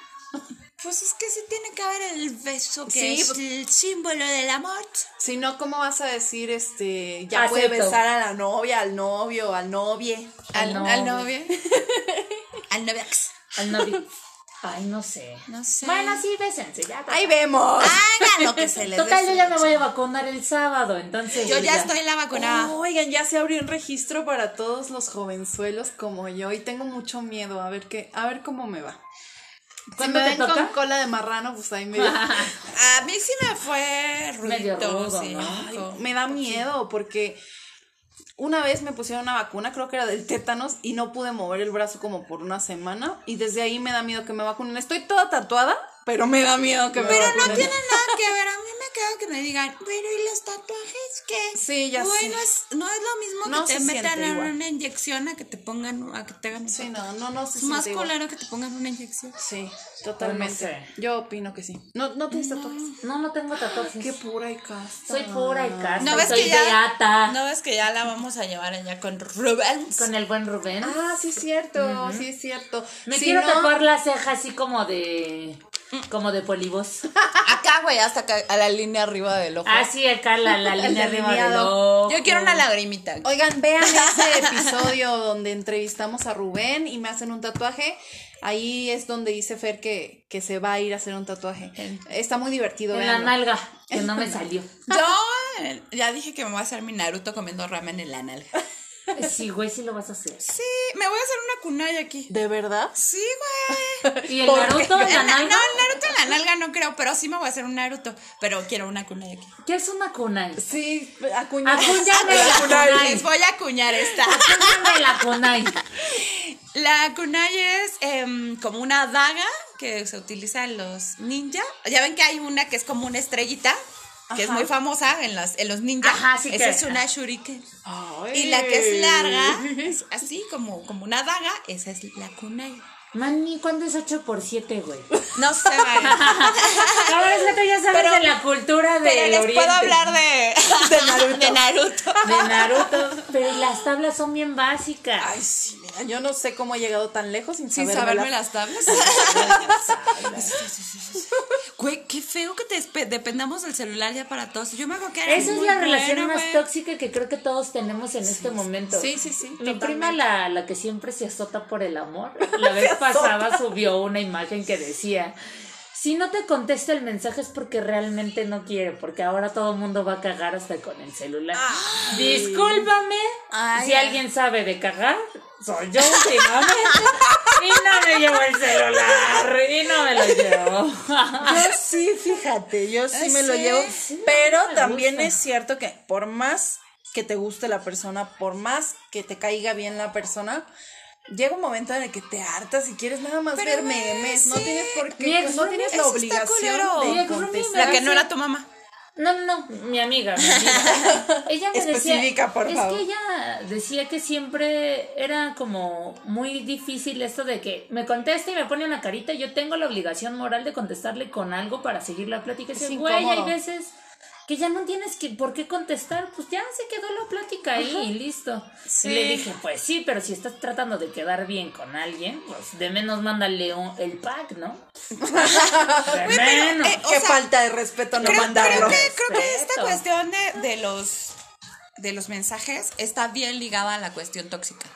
[SPEAKER 1] Pues es que sí tiene que haber el beso que
[SPEAKER 3] Sí,
[SPEAKER 1] es
[SPEAKER 3] pues-
[SPEAKER 1] el símbolo del amor.
[SPEAKER 3] Si no, ¿cómo vas a decir este? Ya puede
[SPEAKER 2] Acepto.
[SPEAKER 3] besar a la novia, al novio, al novie.
[SPEAKER 1] Al,
[SPEAKER 2] Al
[SPEAKER 1] al novio.
[SPEAKER 2] novio.
[SPEAKER 1] al novio.
[SPEAKER 2] Al novio. Ay, no sé.
[SPEAKER 1] No sé.
[SPEAKER 2] Bueno, sí, bésense, ya.
[SPEAKER 3] Ahí vemos.
[SPEAKER 1] Hagan lo que se les dé
[SPEAKER 2] Total,
[SPEAKER 1] su
[SPEAKER 2] yo ya me
[SPEAKER 1] gana.
[SPEAKER 2] voy a vacunar el sábado, entonces.
[SPEAKER 1] Yo ya estoy la vacunada.
[SPEAKER 3] Oh, Oigan, ya se abrió un registro para todos los jovenzuelos como yo y tengo mucho miedo a ver qué, a ver cómo me va. Si
[SPEAKER 2] ¿Cuándo
[SPEAKER 3] me
[SPEAKER 2] te
[SPEAKER 3] ven
[SPEAKER 2] toca?
[SPEAKER 3] con cola de marrano, pues ahí me.
[SPEAKER 2] <laughs>
[SPEAKER 1] A mí sí me fue
[SPEAKER 2] Medio
[SPEAKER 1] rudito,
[SPEAKER 2] rudo,
[SPEAKER 1] sí.
[SPEAKER 2] ¿no?
[SPEAKER 1] Con-
[SPEAKER 3] me da
[SPEAKER 2] Pues
[SPEAKER 3] miedo porque una vez me pusieron una vacuna, creo que era del tétanos, y no pude mover el brazo como por una semana. Y desde ahí me da miedo que me vacunen. Estoy toda tatuada, pero me da miedo que me
[SPEAKER 1] Pero
[SPEAKER 3] vacunen.
[SPEAKER 1] no tiene nada que ver. A mí me queda que me digan, pero ¿y los tatuajes qué?
[SPEAKER 3] Sí, ya sé.
[SPEAKER 1] Bueno, es, no es lo mismo
[SPEAKER 3] No
[SPEAKER 1] que te
[SPEAKER 3] se
[SPEAKER 1] metan
[SPEAKER 3] siente
[SPEAKER 1] a
[SPEAKER 3] igual.
[SPEAKER 1] una inyección a que te pongan, a que te hagan un
[SPEAKER 3] Sí,
[SPEAKER 1] tatuaje.
[SPEAKER 3] no, no, no. se
[SPEAKER 1] Es más
[SPEAKER 3] siente igual.
[SPEAKER 1] culero que te pongan una inyección.
[SPEAKER 3] Sí, totalmente.
[SPEAKER 2] Pues no sé.
[SPEAKER 3] Yo opino que sí. No, no tienes tatuajes.
[SPEAKER 2] No, no tengo tatuajes.
[SPEAKER 3] Qué pura y casta.
[SPEAKER 2] Soy pura y casta.
[SPEAKER 1] ¿No
[SPEAKER 2] y
[SPEAKER 1] ves,
[SPEAKER 2] soy
[SPEAKER 1] que ya,
[SPEAKER 2] beata.
[SPEAKER 1] ¿No ves que ya la vamos a llevar allá con Rubens?
[SPEAKER 2] Con el buen Rubén.
[SPEAKER 3] Ah, sí es cierto, sí es cierto.
[SPEAKER 2] Me
[SPEAKER 3] Si
[SPEAKER 2] quiero
[SPEAKER 3] no-
[SPEAKER 2] tatuar la ceja así como de. Como de polibos.
[SPEAKER 1] Acá, güey, hasta acá, a la línea arriba del ojo.
[SPEAKER 2] <laughs> Así acá la, <laughs> la línea arriba del
[SPEAKER 3] delineado.
[SPEAKER 2] ojo.
[SPEAKER 1] Yo quiero una lagrimita.
[SPEAKER 3] Oigan, <laughs> vean ese episodio donde entrevistamos a Rubén y me hacen un tatuaje. Ahí es donde dice Fer que, que se va a ir a hacer un tatuaje. Está muy divertido.
[SPEAKER 2] En la
[SPEAKER 3] véanlo.
[SPEAKER 2] nalga, que no me <laughs> salió.
[SPEAKER 1] Yo eh, ya dije que me voy a hacer mi Naruto comiendo ramen en la nalga.
[SPEAKER 2] Sí, güey, sí lo vas a hacer.
[SPEAKER 1] Ah, Sí, me voy a hacer una kunai aquí.
[SPEAKER 3] ¿De verdad?
[SPEAKER 1] Sí, güey. Eh,
[SPEAKER 2] ¿Y el
[SPEAKER 3] ¿Por
[SPEAKER 2] Naruto en
[SPEAKER 1] Na- No,
[SPEAKER 2] la
[SPEAKER 1] el
[SPEAKER 2] nalga?
[SPEAKER 1] Naruto en la nalga no creo, pero sí me voy a hacer un Naruto. Pero quiero una kunai aquí.
[SPEAKER 2] ¿Qué es una kunai? Ah,
[SPEAKER 3] Sí, acuñados.
[SPEAKER 2] <laughs>
[SPEAKER 3] <laughs>
[SPEAKER 2] Acuñame la kunai.
[SPEAKER 1] Les voy a acuñar esta.
[SPEAKER 2] Acuñame la kunai.
[SPEAKER 1] La kunai es em, como una daga que se utiliza en los ninja. Ya ven que hay una que es como una estrellita, que es
[SPEAKER 3] Ajá.
[SPEAKER 1] muy famosa en, las, en los ninjas.
[SPEAKER 2] Ajá, sí
[SPEAKER 1] Esa
[SPEAKER 2] que-
[SPEAKER 1] es una shuriken.
[SPEAKER 3] Ay.
[SPEAKER 1] Y la que es larga, es así como, como una daga, esa es la kunai.
[SPEAKER 2] Mani, ¿cuándo es 8 por 7 güey?
[SPEAKER 1] No se vale.
[SPEAKER 2] <laughs> Ahora es que tú ya sabes
[SPEAKER 1] Pero-
[SPEAKER 2] de la cultura del
[SPEAKER 1] Pero les
[SPEAKER 2] oriente.
[SPEAKER 1] puedo hablar de, <laughs> de Naruto.
[SPEAKER 2] De Naruto. Pero las tablas son bien básicas.
[SPEAKER 3] Ay, sí, me Yo no sé cómo he llegado tan lejos sin,
[SPEAKER 1] Sin
[SPEAKER 3] saberme
[SPEAKER 1] saberme
[SPEAKER 3] la-
[SPEAKER 1] las tablas. Güey, qué feo que te despe- dependamos del celular ya para todos. Yo me acuerdo que era
[SPEAKER 2] Esa es
[SPEAKER 1] muy
[SPEAKER 2] la relación
[SPEAKER 1] buena,
[SPEAKER 2] más
[SPEAKER 1] güey.
[SPEAKER 2] tóxica que creo que todos tenemos en este momento.
[SPEAKER 3] Sí, sí, sí,
[SPEAKER 2] Mi
[SPEAKER 3] totalmente.
[SPEAKER 2] prima, la, la que siempre se azota por el
[SPEAKER 3] <laughs>
[SPEAKER 2] amor, la vez pasada subió una imagen que decía, si no te contesta el mensaje es porque realmente no quiere, porque ahora todo el mundo va a cagar hasta con el celular. Discúlpame,
[SPEAKER 3] Ah. Ay,
[SPEAKER 2] si
[SPEAKER 3] ay.
[SPEAKER 2] alguien sabe de cagar, soy yo últimamente. Y no me llevo el celular, y no me lo llevo.
[SPEAKER 3] Yo sí, fíjate, yo sí
[SPEAKER 1] Ah,
[SPEAKER 3] me lo
[SPEAKER 1] sí.
[SPEAKER 3] llevo.
[SPEAKER 2] Sí,
[SPEAKER 3] Pero
[SPEAKER 2] me
[SPEAKER 3] también
[SPEAKER 2] gusta.
[SPEAKER 3] es cierto que por más que te guste la persona, por más que te caiga bien la persona, llega un momento en el que te hartas y quieres nada más
[SPEAKER 1] Pero,
[SPEAKER 3] ver
[SPEAKER 1] güey,
[SPEAKER 3] memes. No
[SPEAKER 1] sí.
[SPEAKER 3] tienes por
[SPEAKER 2] Mi
[SPEAKER 3] qué, no
[SPEAKER 2] exnovio-
[SPEAKER 3] tienes la
[SPEAKER 1] eso está culero.
[SPEAKER 3] obligación
[SPEAKER 2] Mi
[SPEAKER 3] de
[SPEAKER 2] exnovio me
[SPEAKER 3] contestar.
[SPEAKER 1] La que no era tu mamá.
[SPEAKER 2] No, no, no, mi amiga. mi
[SPEAKER 3] <laughs>
[SPEAKER 2] amiga. Ella me decía,
[SPEAKER 3] Especifica, por
[SPEAKER 2] es
[SPEAKER 3] favor.
[SPEAKER 2] que ella decía que siempre era como muy difícil esto de que me conteste y me pone una carita. y Yo tengo la obligación moral de contestarle con algo para seguir la plática. Y
[SPEAKER 3] Es
[SPEAKER 2] dice, güey, hay
[SPEAKER 3] incómodo.
[SPEAKER 2] veces que ya no tienes que, por qué contestar. Pues ya se quedó la plática ahí y listo.
[SPEAKER 3] Sí.
[SPEAKER 2] Y Le dije, pues sí, pero si estás tratando de quedar bien con alguien, pues de menos mándale un- el pack,
[SPEAKER 3] <laughs>
[SPEAKER 2] ¿no? De menos.
[SPEAKER 1] eh, O
[SPEAKER 3] Qué
[SPEAKER 1] sea,
[SPEAKER 3] falta de respeto no
[SPEAKER 1] creo, creo
[SPEAKER 3] mandarlo.
[SPEAKER 1] que, creo que esta
[SPEAKER 2] Respeto.
[SPEAKER 1] cuestión de, de los de los mensajes está bien ligada a la cuestión tóxica.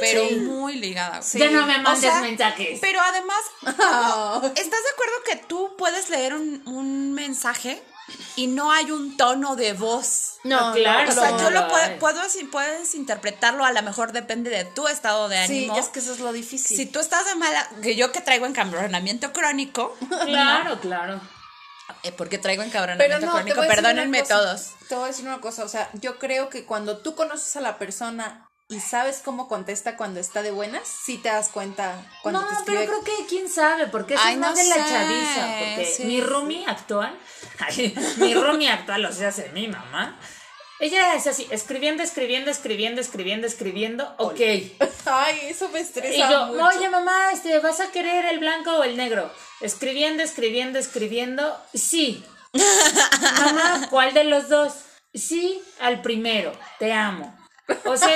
[SPEAKER 1] Pero muy ligada. güey.
[SPEAKER 2] Ya no me
[SPEAKER 1] O
[SPEAKER 2] mandes
[SPEAKER 1] sea,
[SPEAKER 2] mensajes.
[SPEAKER 1] Pero
[SPEAKER 3] <laughs>
[SPEAKER 1] además, ¿estás de acuerdo que tú puedes leer un, un mensaje y no hay un tono de voz?
[SPEAKER 3] No,
[SPEAKER 2] claro.
[SPEAKER 1] O sea,
[SPEAKER 2] No,
[SPEAKER 1] yo lo
[SPEAKER 2] no
[SPEAKER 1] puedo,
[SPEAKER 2] hay.
[SPEAKER 1] puedo así- puedes interpretarlo, a lo mejor depende de tu estado de
[SPEAKER 3] Sí,
[SPEAKER 1] ánimo.
[SPEAKER 3] es que eso es lo difícil.
[SPEAKER 1] Si tú estás de mala, que yo que traigo encabronamiento
[SPEAKER 3] <laughs>
[SPEAKER 1] crónico,
[SPEAKER 2] Claro, claro.
[SPEAKER 1] eh, porque traigo
[SPEAKER 3] Pero
[SPEAKER 1] encabronamiento
[SPEAKER 3] no, te
[SPEAKER 1] crónico,
[SPEAKER 3] voy a decir una
[SPEAKER 1] perdónenme
[SPEAKER 3] cosa,
[SPEAKER 1] todos.
[SPEAKER 3] Te voy a decir una cosa, o sea, yo creo que cuando tú conoces a la persona y sabes cómo contesta cuando está de buenas, sí te das cuenta cuando
[SPEAKER 2] no,
[SPEAKER 3] te escribe.
[SPEAKER 2] pero creo que quién sabe, porque eso
[SPEAKER 1] Ay,
[SPEAKER 2] es más
[SPEAKER 1] no
[SPEAKER 2] de la
[SPEAKER 1] sé,
[SPEAKER 2] chaviza. Porque
[SPEAKER 1] sí,
[SPEAKER 2] mi roomie actual, <laughs> ay, mi roomie actual, o sea, hace mi mamá. Ella es así, escribiendo, escribiendo, escribiendo, escribiendo, escribiendo, ok.
[SPEAKER 3] Ay, eso me
[SPEAKER 2] Y
[SPEAKER 3] estresa
[SPEAKER 2] yo,
[SPEAKER 3] mucho.
[SPEAKER 2] oye mamá, este, ¿vas a querer el blanco o el negro? Escribiendo, escribiendo, escribiendo,
[SPEAKER 3] <laughs>
[SPEAKER 2] sí. mamá, ¿cuál de los dos? Sí, al primero, te amo. O sea,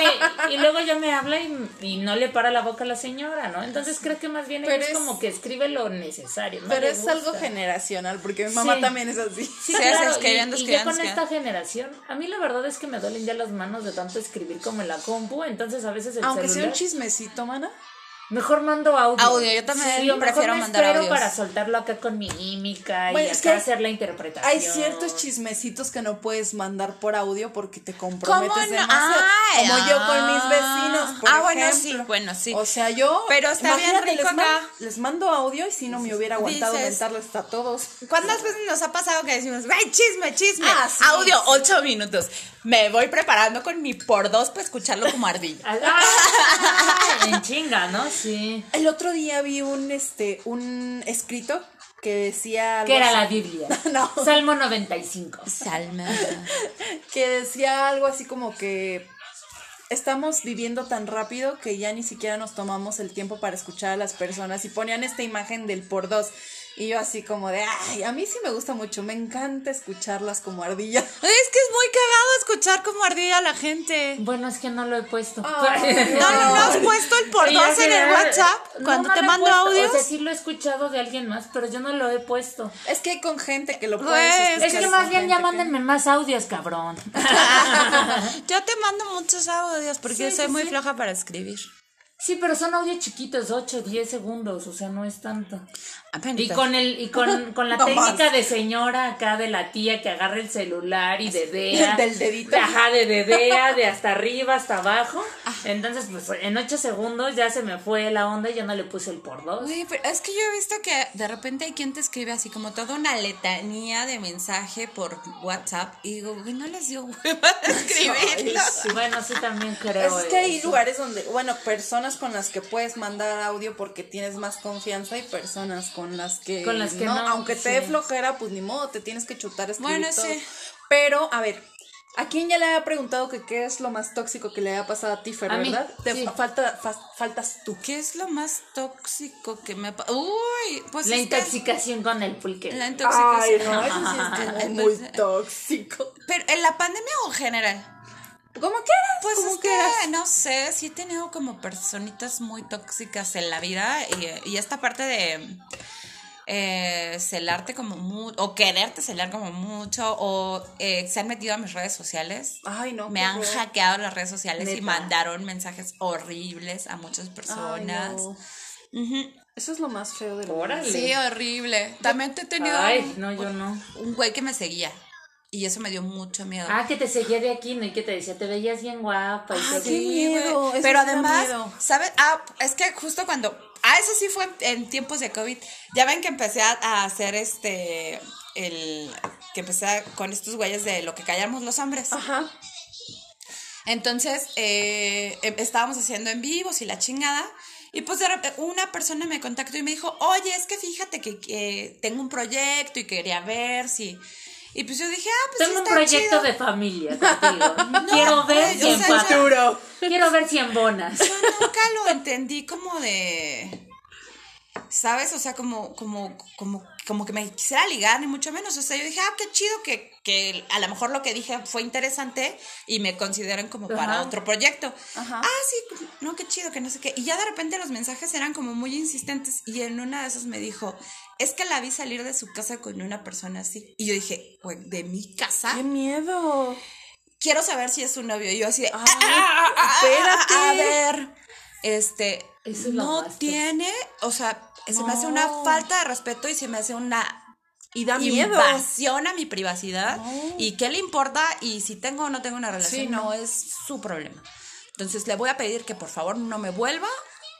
[SPEAKER 2] y, y luego ya me habla y, y no le para la boca a la señora, ¿no? Entonces creo que más bien ella
[SPEAKER 3] Pero
[SPEAKER 2] es,
[SPEAKER 3] es-
[SPEAKER 2] como que escribe lo necesario. no
[SPEAKER 3] pero
[SPEAKER 2] le
[SPEAKER 3] es algo
[SPEAKER 2] gusta.
[SPEAKER 3] generacional, porque mi mamá
[SPEAKER 2] Sí.
[SPEAKER 3] también es así.
[SPEAKER 2] Sí,
[SPEAKER 1] Sí,
[SPEAKER 2] claro,
[SPEAKER 1] escribiendo,
[SPEAKER 2] y- y,
[SPEAKER 1] escribiendo,
[SPEAKER 2] ya con esta generación, a mí la verdad es que me duelen ya las manos de tanto escribir como en la compu, entonces a veces el
[SPEAKER 3] Aunque sea
[SPEAKER 2] celular-
[SPEAKER 3] un chismecito, mana.
[SPEAKER 2] Mejor mando audio.
[SPEAKER 1] Audio, yo también
[SPEAKER 2] o mejor
[SPEAKER 1] prefiero
[SPEAKER 2] me
[SPEAKER 1] mandar
[SPEAKER 2] espero
[SPEAKER 1] audios.
[SPEAKER 2] para soltarlo acá con mi mímica y
[SPEAKER 3] Bueno,
[SPEAKER 2] acá
[SPEAKER 3] es que hay-
[SPEAKER 2] hacer la interpretación.
[SPEAKER 3] Hay ciertos chismecitos que no puedes mandar por audio porque te
[SPEAKER 1] ¿Cómo no?
[SPEAKER 3] comprometes demasiado.
[SPEAKER 1] Ay,
[SPEAKER 3] como yo con mis
[SPEAKER 1] ah.
[SPEAKER 3] vecinos, por
[SPEAKER 1] Ah, bueno, sí,
[SPEAKER 3] ejemplo.
[SPEAKER 1] bueno, sí.
[SPEAKER 3] O sea, yo.
[SPEAKER 1] Pero está bien
[SPEAKER 3] imagínate,
[SPEAKER 1] rico
[SPEAKER 3] les, man-
[SPEAKER 1] acá.
[SPEAKER 3] les mando audio y si no me hubiera aguantado
[SPEAKER 1] Dices-
[SPEAKER 3] mentarles a todos.
[SPEAKER 1] ¿Cuántas veces nos ha pasado que decimos, ¡ay, chisme, chisme!
[SPEAKER 3] Ah, sí,
[SPEAKER 1] Audio,
[SPEAKER 3] sí.
[SPEAKER 1] ocho minutos. Me voy preparando con mi por dos para escucharlo como
[SPEAKER 3] <laughs>
[SPEAKER 1] ardilla.
[SPEAKER 2] Ah, ah, en chinga, ¿no? Sí.
[SPEAKER 3] El otro día vi un este un escrito que decía algo
[SPEAKER 2] Que era
[SPEAKER 3] así-
[SPEAKER 1] <laughs>
[SPEAKER 2] la Biblia.
[SPEAKER 3] No.
[SPEAKER 2] Salmo 95.
[SPEAKER 1] Salma.
[SPEAKER 3] que decía algo así como que estamos viviendo tan rápido que ya ni siquiera nos tomamos el tiempo para escuchar a las personas y ponían esta imagen del por dos y yo así como de ay a mí sí me gusta mucho me encanta escucharlas como ardilla
[SPEAKER 1] Es que es muy cagado escuchar como ardilla a la gente.
[SPEAKER 2] Bueno, es que <laughs> no lo he puesto.
[SPEAKER 1] No, Ah. no, no has puesto el por
[SPEAKER 2] Y al
[SPEAKER 1] dos en el
[SPEAKER 2] final-
[SPEAKER 1] WhatsApp
[SPEAKER 2] No,
[SPEAKER 1] cuando
[SPEAKER 2] no
[SPEAKER 1] te
[SPEAKER 2] lo he
[SPEAKER 1] mando
[SPEAKER 2] puesto.
[SPEAKER 1] audios.
[SPEAKER 2] O sea, sí lo he escuchado de alguien más, pero yo no lo he puesto.
[SPEAKER 3] es que hay con gente que lo
[SPEAKER 1] Güey,
[SPEAKER 3] puedes
[SPEAKER 1] es
[SPEAKER 3] escuchar
[SPEAKER 2] Pues, Es que
[SPEAKER 3] con
[SPEAKER 2] más bien
[SPEAKER 3] gente
[SPEAKER 2] ya
[SPEAKER 3] que-
[SPEAKER 2] mándenme más
[SPEAKER 1] <laughs>
[SPEAKER 2] audios, cabrón. <laughs>
[SPEAKER 1] Yo te mando muchos audios porque
[SPEAKER 2] Sí,
[SPEAKER 1] yo soy
[SPEAKER 2] sí,
[SPEAKER 1] muy
[SPEAKER 2] sí.
[SPEAKER 1] floja para escribir.
[SPEAKER 2] Sí, pero son audios chiquitos, 8, 10 segundos, o sea, no es tanto. Ah, Y
[SPEAKER 1] Apenas.
[SPEAKER 2] con el y
[SPEAKER 3] <laughs>
[SPEAKER 2] con, con la
[SPEAKER 3] No más.
[SPEAKER 2] técnica de señora acá de la tía que agarra el celular y dedea.
[SPEAKER 3] <laughs> Del dedito.
[SPEAKER 2] Ajá, de dedea, de hasta arriba, hasta abajo. Entonces, pues en 8 segundos ya se me fue la onda y ya no le puse el por dos.
[SPEAKER 1] Güey, pero es que yo he visto que de repente hay quien te escribe así como toda una letanía de mensaje por WhatsApp y digo, güey, no les dio hueva
[SPEAKER 2] <laughs>
[SPEAKER 1] de escribirlo.
[SPEAKER 3] Ay, sí.
[SPEAKER 2] Bueno, sí también creo.
[SPEAKER 3] Es que hay
[SPEAKER 2] eso.
[SPEAKER 3] lugares donde, bueno, personas con las que puedes mandar audio porque tienes más confianza y personas con las que,
[SPEAKER 2] Con las que no,
[SPEAKER 3] aunque te dé
[SPEAKER 2] sí.
[SPEAKER 3] flojera, pues ni modo, te tienes que chutar escribir
[SPEAKER 1] Bueno,
[SPEAKER 3] todo.
[SPEAKER 1] sí.
[SPEAKER 3] Pero, a ver, ¿a quién ya le había preguntado que qué es lo más tóxico que le haya pasado a ti, Fer,
[SPEAKER 2] A mí,
[SPEAKER 3] verdad? Te
[SPEAKER 2] sí.
[SPEAKER 3] fa- falta, fa- faltas tú.
[SPEAKER 1] ¿Qué es lo más tóxico que me ha pa- Uy, pues
[SPEAKER 2] La
[SPEAKER 1] es que-
[SPEAKER 2] intoxicación con el pulque.
[SPEAKER 1] La intoxicación. <laughs>
[SPEAKER 3] no, eso sí estuvo muy tóxico.
[SPEAKER 1] Pero en la pandemia o en general.
[SPEAKER 3] Como quieras.
[SPEAKER 1] Pues
[SPEAKER 3] como
[SPEAKER 1] es que,
[SPEAKER 3] quieras.
[SPEAKER 1] no sé, sí he tenido como personitas muy tóxicas en la vida y, y esta parte de eh, celarte como mucho, o quererte celar como mucho, o eh, se han metido a mis redes sociales.
[SPEAKER 3] Ay, no.
[SPEAKER 1] Me
[SPEAKER 3] qué
[SPEAKER 1] han
[SPEAKER 3] horror.
[SPEAKER 1] hackeado las redes sociales y
[SPEAKER 3] Neta.
[SPEAKER 1] mandaron mensajes horribles a muchas personas.
[SPEAKER 3] Ay, no.
[SPEAKER 1] Ujú.
[SPEAKER 3] Eso es lo más feo de la
[SPEAKER 2] Órale.
[SPEAKER 1] Sí, horrible. También te he tenido
[SPEAKER 2] Ay,
[SPEAKER 1] un-
[SPEAKER 2] no, yo no.
[SPEAKER 1] un güey que me seguía y eso me dio mucho miedo.
[SPEAKER 2] Ah, que te seguía de aquí, ¿no? Y que te decía, te veías bien guapa. Y
[SPEAKER 3] Ay,
[SPEAKER 2] todo.
[SPEAKER 3] qué miedo,
[SPEAKER 1] güey.
[SPEAKER 3] eso
[SPEAKER 1] Pero
[SPEAKER 3] sí da
[SPEAKER 1] además,
[SPEAKER 3] miedo.
[SPEAKER 1] ¿sabes? Ah, es que justo cuando. Ah, eso sí fue en, en tiempos de COVID. Ya ven que empecé a, a hacer este. El. Que empecé a- con estos güeyes de lo que callamos los hombres.
[SPEAKER 3] Ajá.
[SPEAKER 1] Entonces, eh, em- estábamos haciendo en vivos y la chingada. Y pues de repente una persona me contactó y me dijo, oye, es que fíjate que, que tengo un proyecto y quería ver si... Y pues yo dije, ah, pues sí
[SPEAKER 2] Tengo un
[SPEAKER 1] está
[SPEAKER 2] proyecto
[SPEAKER 1] chido".
[SPEAKER 2] de familia
[SPEAKER 3] <laughs>
[SPEAKER 2] contigo. Quiero
[SPEAKER 1] güey,
[SPEAKER 2] ver si
[SPEAKER 1] o sea,
[SPEAKER 2] empatas.
[SPEAKER 1] ya-
[SPEAKER 3] Duro.
[SPEAKER 2] Quiero ver si embonas.
[SPEAKER 1] Yo nunca lo entendí como de. ¿Sabes? O sea, como, como, como, como que me quisiera ligar, ni mucho menos. O sea, yo dije, ah, qué chido que, que a lo mejor lo que dije fue interesante y me consideran como para
[SPEAKER 2] Ajá.
[SPEAKER 1] otro proyecto.
[SPEAKER 3] Ajá.
[SPEAKER 1] Ah, sí, no, qué chido, que no sé qué. Y ya de repente los mensajes eran como muy insistentes y en una de esas me dijo, es que la vi salir de su casa con una persona así. Y yo dije, güey, ¿de mi casa?
[SPEAKER 3] Qué miedo.
[SPEAKER 1] Quiero saber si es su novio. Y yo así, de,
[SPEAKER 3] Ay,
[SPEAKER 1] espérate. A
[SPEAKER 3] Ah, espérate.
[SPEAKER 1] ver, este,
[SPEAKER 2] Eso es lo
[SPEAKER 1] no
[SPEAKER 2] más tóxico.
[SPEAKER 1] tiene, o sea, se me hace una
[SPEAKER 3] No.
[SPEAKER 1] falta de respeto y se me hace una
[SPEAKER 3] Y da miedo.
[SPEAKER 1] invasión a mi privacidad. ¿Y qué le importa? Y si tengo o no tengo una relación,
[SPEAKER 3] Sí,
[SPEAKER 1] no.
[SPEAKER 3] no.
[SPEAKER 1] es su problema. Entonces le voy a pedir que por favor no me vuelva.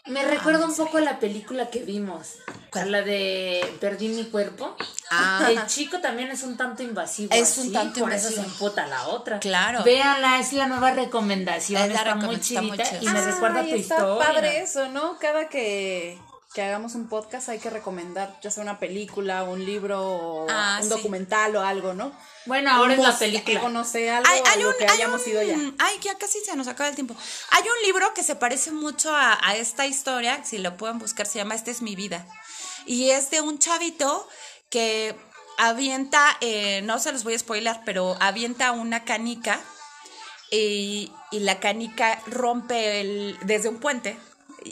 [SPEAKER 2] Me recuerda un poco a la película que vimos.
[SPEAKER 1] ¿Cuál?
[SPEAKER 2] La de Perdí mi cuerpo.
[SPEAKER 1] Ah.
[SPEAKER 2] El chico también es un tanto invasivo.
[SPEAKER 1] Es un
[SPEAKER 2] así,
[SPEAKER 1] tanto
[SPEAKER 2] por eso
[SPEAKER 1] invasivo.
[SPEAKER 2] se emputa la otra.
[SPEAKER 1] Claro.
[SPEAKER 2] Véanla, es la nueva recomendación.
[SPEAKER 1] Es la
[SPEAKER 2] está,
[SPEAKER 1] recom-
[SPEAKER 2] muy
[SPEAKER 1] está muy
[SPEAKER 2] chidita
[SPEAKER 1] chida.
[SPEAKER 2] y me recuerda a
[SPEAKER 3] ah, Ay,
[SPEAKER 2] tu
[SPEAKER 3] está
[SPEAKER 2] historia.
[SPEAKER 3] padre eso, ¿no? Cada que, que hagamos un podcast hay que recomendar, ya sea una película, un libro, o
[SPEAKER 1] Ah,
[SPEAKER 3] un
[SPEAKER 1] sí.
[SPEAKER 3] documental o algo, ¿no?
[SPEAKER 2] Bueno, ahora
[SPEAKER 3] Un
[SPEAKER 1] Pues,
[SPEAKER 2] es la
[SPEAKER 3] museo,
[SPEAKER 1] eh,
[SPEAKER 2] película.
[SPEAKER 3] no sé, algo
[SPEAKER 1] Hay, hay
[SPEAKER 3] a lo
[SPEAKER 1] un,
[SPEAKER 3] que
[SPEAKER 1] hay
[SPEAKER 3] hayamos
[SPEAKER 1] un-
[SPEAKER 3] ido ya.
[SPEAKER 1] Ay, ya casi se nos acaba el tiempo. Hay un libro que se parece mucho a, a esta historia, si lo pueden buscar, se llama Esta es mi vida. Y es de un chavito que avienta, eh, no se los voy a spoiler, pero avienta una canica y, y la canica rompe el, desde un puente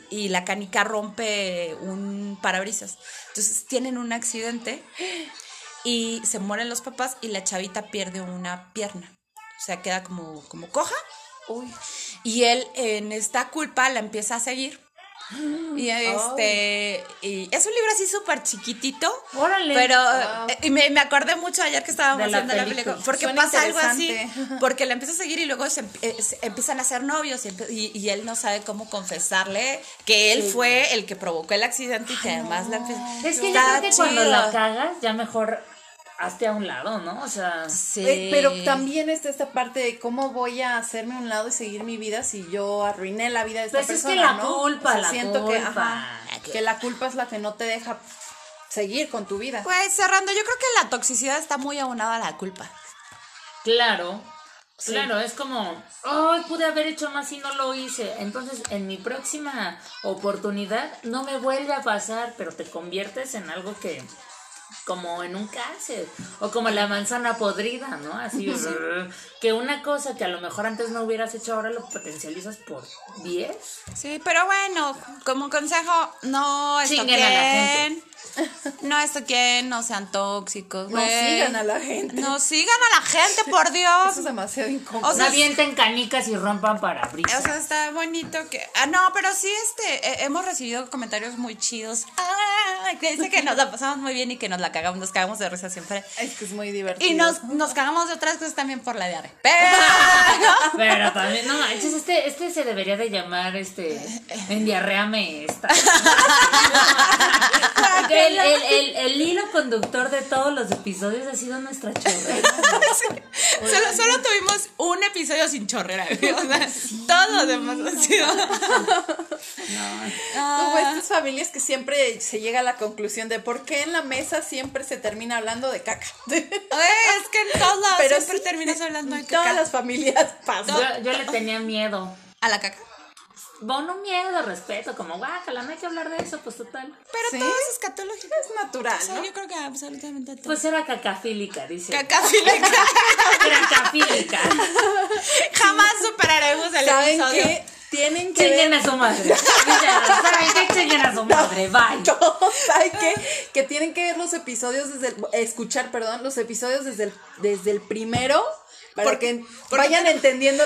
[SPEAKER 1] y, y la canica rompe un parabrisas. Entonces tienen un accidente y se mueren los papás y la chavita pierde una pierna. O sea, queda como, como coja.
[SPEAKER 3] Uy,
[SPEAKER 1] Y él en esta culpa la empieza a seguir. Y este y es un libro así súper chiquitito.
[SPEAKER 2] Órale.
[SPEAKER 1] Pero
[SPEAKER 3] Wow.
[SPEAKER 1] eh, y me, me acordé mucho ayer que estábamos
[SPEAKER 2] De la
[SPEAKER 1] haciendo la
[SPEAKER 2] película.
[SPEAKER 1] película. Porque
[SPEAKER 3] Suena
[SPEAKER 1] pasa algo así.
[SPEAKER 2] <laughs>
[SPEAKER 3] interesante.
[SPEAKER 1] Porque la empieza a seguir y luego se, emp- eh, se- empiezan a ser novios y, empe- y- y él no sabe cómo confesarle que él fue el que provocó el accidente y que además la empe-
[SPEAKER 2] Es que yo
[SPEAKER 1] Está
[SPEAKER 2] creo que cuando
[SPEAKER 1] chido.
[SPEAKER 2] la cagas, ya mejor hazte a un lado, ¿no? O sea,
[SPEAKER 1] Sí.
[SPEAKER 3] Eh, pero también está esta parte de cómo voy a hacerme a un lado y seguir mi vida si yo arruiné la vida de esta
[SPEAKER 2] Pues es que
[SPEAKER 3] persona,
[SPEAKER 2] la
[SPEAKER 3] ¿no?
[SPEAKER 2] culpa, la
[SPEAKER 3] siento que,
[SPEAKER 2] culpa.
[SPEAKER 3] ajá, que la culpa es la que no te deja seguir con tu vida.
[SPEAKER 1] Pues cerrando, yo creo que la toxicidad está muy aunada a la culpa.
[SPEAKER 2] claro. Claro, es como, ay, pude haber hecho más y no lo hice. Entonces, en mi próxima oportunidad no me vuelve a pasar, pero te conviertes en algo que, como en un cáncer, o como la manzana podrida,
[SPEAKER 1] <laughs>
[SPEAKER 2] ¿no? Así, <laughs> que una cosa que a lo mejor antes no hubieras hecho, ahora lo potencializas por 10.
[SPEAKER 1] Sí, pero bueno, como consejo, no
[SPEAKER 2] Chinguen a la
[SPEAKER 1] estoquen. No estoquen, no sean tóxicos,
[SPEAKER 3] No
[SPEAKER 1] güey.
[SPEAKER 2] pues.
[SPEAKER 3] sigan a la gente.
[SPEAKER 1] No sigan a la gente,
[SPEAKER 3] <laughs>
[SPEAKER 1] por
[SPEAKER 3] Eso es
[SPEAKER 1] Dios.
[SPEAKER 3] demasiado incómodo.
[SPEAKER 1] O sea,
[SPEAKER 2] No avienten canicas y rompan
[SPEAKER 1] O
[SPEAKER 2] parabrisas.
[SPEAKER 1] sea, está bonito que... Ah, no, pero sí, este, eh, hemos recibido comentarios muy chidos. Ah, que dice que nos la pasamos muy bien y que nos la cagamos, nos cagamos de risa siempre.
[SPEAKER 3] es que es muy divertido.
[SPEAKER 1] Y nos, nos cagamos de otras cosas también por la
[SPEAKER 3] <laughs>
[SPEAKER 1] diarrea. Pero...
[SPEAKER 2] Pero también, no manches, este, este se debería de llamar, este, en diarreame esta. El, el, el- el hilo conductor de todos los episodios ha sido nuestra chorrera.
[SPEAKER 1] Solo, solo tuvimos un episodio sin chorrera, güey, o
[SPEAKER 3] <laughs>
[SPEAKER 1] sea, todo lo demás ha sido. Ah,
[SPEAKER 3] Como estas familias que siempre se llega a la conclusión de por qué en la mesa siempre se termina hablando de caca. <laughs>
[SPEAKER 1] Güey, es que en todos lados
[SPEAKER 3] Pero
[SPEAKER 1] Ah, siempre
[SPEAKER 3] sí,
[SPEAKER 1] terminas hablando de
[SPEAKER 3] Todas
[SPEAKER 1] caca.
[SPEAKER 3] las familias <laughs> pasan.
[SPEAKER 2] Yo, yo le tenía miedo.
[SPEAKER 1] A la caca.
[SPEAKER 2] Bueno, miedo, respeto, como guácala, no hay que hablar de eso, pues total.
[SPEAKER 1] Pero
[SPEAKER 3] ¿Sí?
[SPEAKER 1] todo es escatológico.
[SPEAKER 3] Es natural,
[SPEAKER 1] O sea,
[SPEAKER 3] ¿no? Pues,
[SPEAKER 1] yo creo que absolutamente todo.
[SPEAKER 3] <laughs>
[SPEAKER 2] Pues era cacafílica, dice.
[SPEAKER 1] Caca, sí, la caca.
[SPEAKER 2] Era cacafílica.
[SPEAKER 1] Jamás superaremos el
[SPEAKER 3] ¿Saben
[SPEAKER 1] episodio.
[SPEAKER 3] qué? Tienen que ver
[SPEAKER 2] Chinguen a su madre. Ya, ¿Saben qué? Chinguen a su madre.
[SPEAKER 3] <laughs>
[SPEAKER 2] Bye.
[SPEAKER 3] ¿Saben qué? Que tienen que ver los episodios desde el- escuchar, perdón, los episodios desde el, desde el primero para que
[SPEAKER 1] porque-
[SPEAKER 3] vayan entendiendo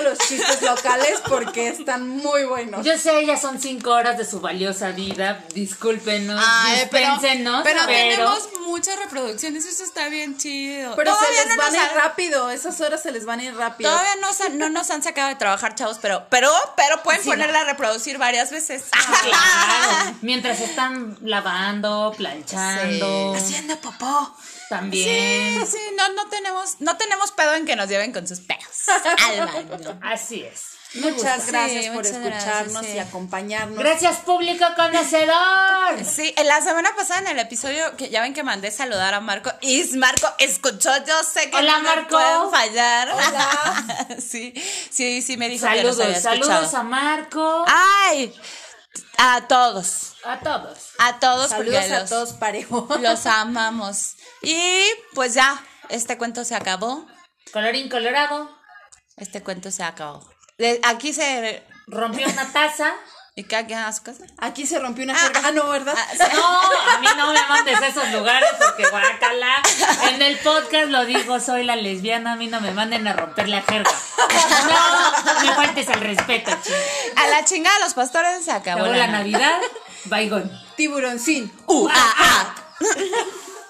[SPEAKER 1] <laughs>
[SPEAKER 3] los chistes locales porque están muy buenos.
[SPEAKER 2] Yo sé, ya son cinco horas de su valiosa vida. Discúlpenos,
[SPEAKER 1] Ay, pero,
[SPEAKER 2] dispénsenos,
[SPEAKER 1] pero tenemos muchas reproducciones, eso está bien chido.
[SPEAKER 3] pero se
[SPEAKER 1] todavía
[SPEAKER 3] les
[SPEAKER 1] no
[SPEAKER 3] van
[SPEAKER 1] nos
[SPEAKER 3] a ir
[SPEAKER 1] han-
[SPEAKER 3] rápido, esas horas se les van a ir rápido.
[SPEAKER 1] Todavía no, sa- no nos han sacado de trabajar, chavos, pero pero pero pueden ponerla a reproducir varias veces.
[SPEAKER 2] <laughs> Claro, mientras están lavando, planchando,
[SPEAKER 1] Haciendo popó.
[SPEAKER 2] también.
[SPEAKER 1] Sí, sí, no, no tenemos, no tenemos pedo en que nos lleven con sus pedos al baño.
[SPEAKER 2] Así es.
[SPEAKER 3] Muchas
[SPEAKER 1] Sí,
[SPEAKER 3] gracias por
[SPEAKER 1] muchas gracias,
[SPEAKER 3] escucharnos
[SPEAKER 1] sí.
[SPEAKER 3] y acompañarnos.
[SPEAKER 2] Gracias, público conocedor.
[SPEAKER 1] Sí, en la semana pasada en el episodio que ya ven que mandé saludar a Marco y Marco escuchó, yo sé que no
[SPEAKER 2] Hola,
[SPEAKER 1] me
[SPEAKER 2] Marco.
[SPEAKER 1] pueden fallar. <laughs> sí, sí, sí me dijo que nos había
[SPEAKER 2] Saludos,
[SPEAKER 1] escuchado.
[SPEAKER 2] saludos a Marco,
[SPEAKER 1] Ay, a todos,
[SPEAKER 2] a todos.
[SPEAKER 1] a todos,
[SPEAKER 3] Saludos
[SPEAKER 1] porque
[SPEAKER 3] a
[SPEAKER 1] los,
[SPEAKER 2] <laughs>
[SPEAKER 3] todos parejo.
[SPEAKER 1] los amamos. Y pues ya, este cuento se acabó,
[SPEAKER 2] Colorín colorado,
[SPEAKER 1] este cuento se acabó. De- Aquí se
[SPEAKER 2] rompió una taza.
[SPEAKER 1] y cada quien haga su cosa.
[SPEAKER 3] <laughs> Aquí se rompió una jerga. Ah, no, ¿verdad?
[SPEAKER 2] No, a mí no me mandes a esos lugares porque guacala. En el podcast lo digo, soy la lesbiana, a mí no me manden a romper la jerga. No, me faltes al respeto, chico.
[SPEAKER 1] A la chingada los pastores se acabó,
[SPEAKER 2] Acabó la
[SPEAKER 1] Navidad.
[SPEAKER 2] Navidad, bye gone.
[SPEAKER 3] Tiburoncín.
[SPEAKER 1] Uh, ah, ah.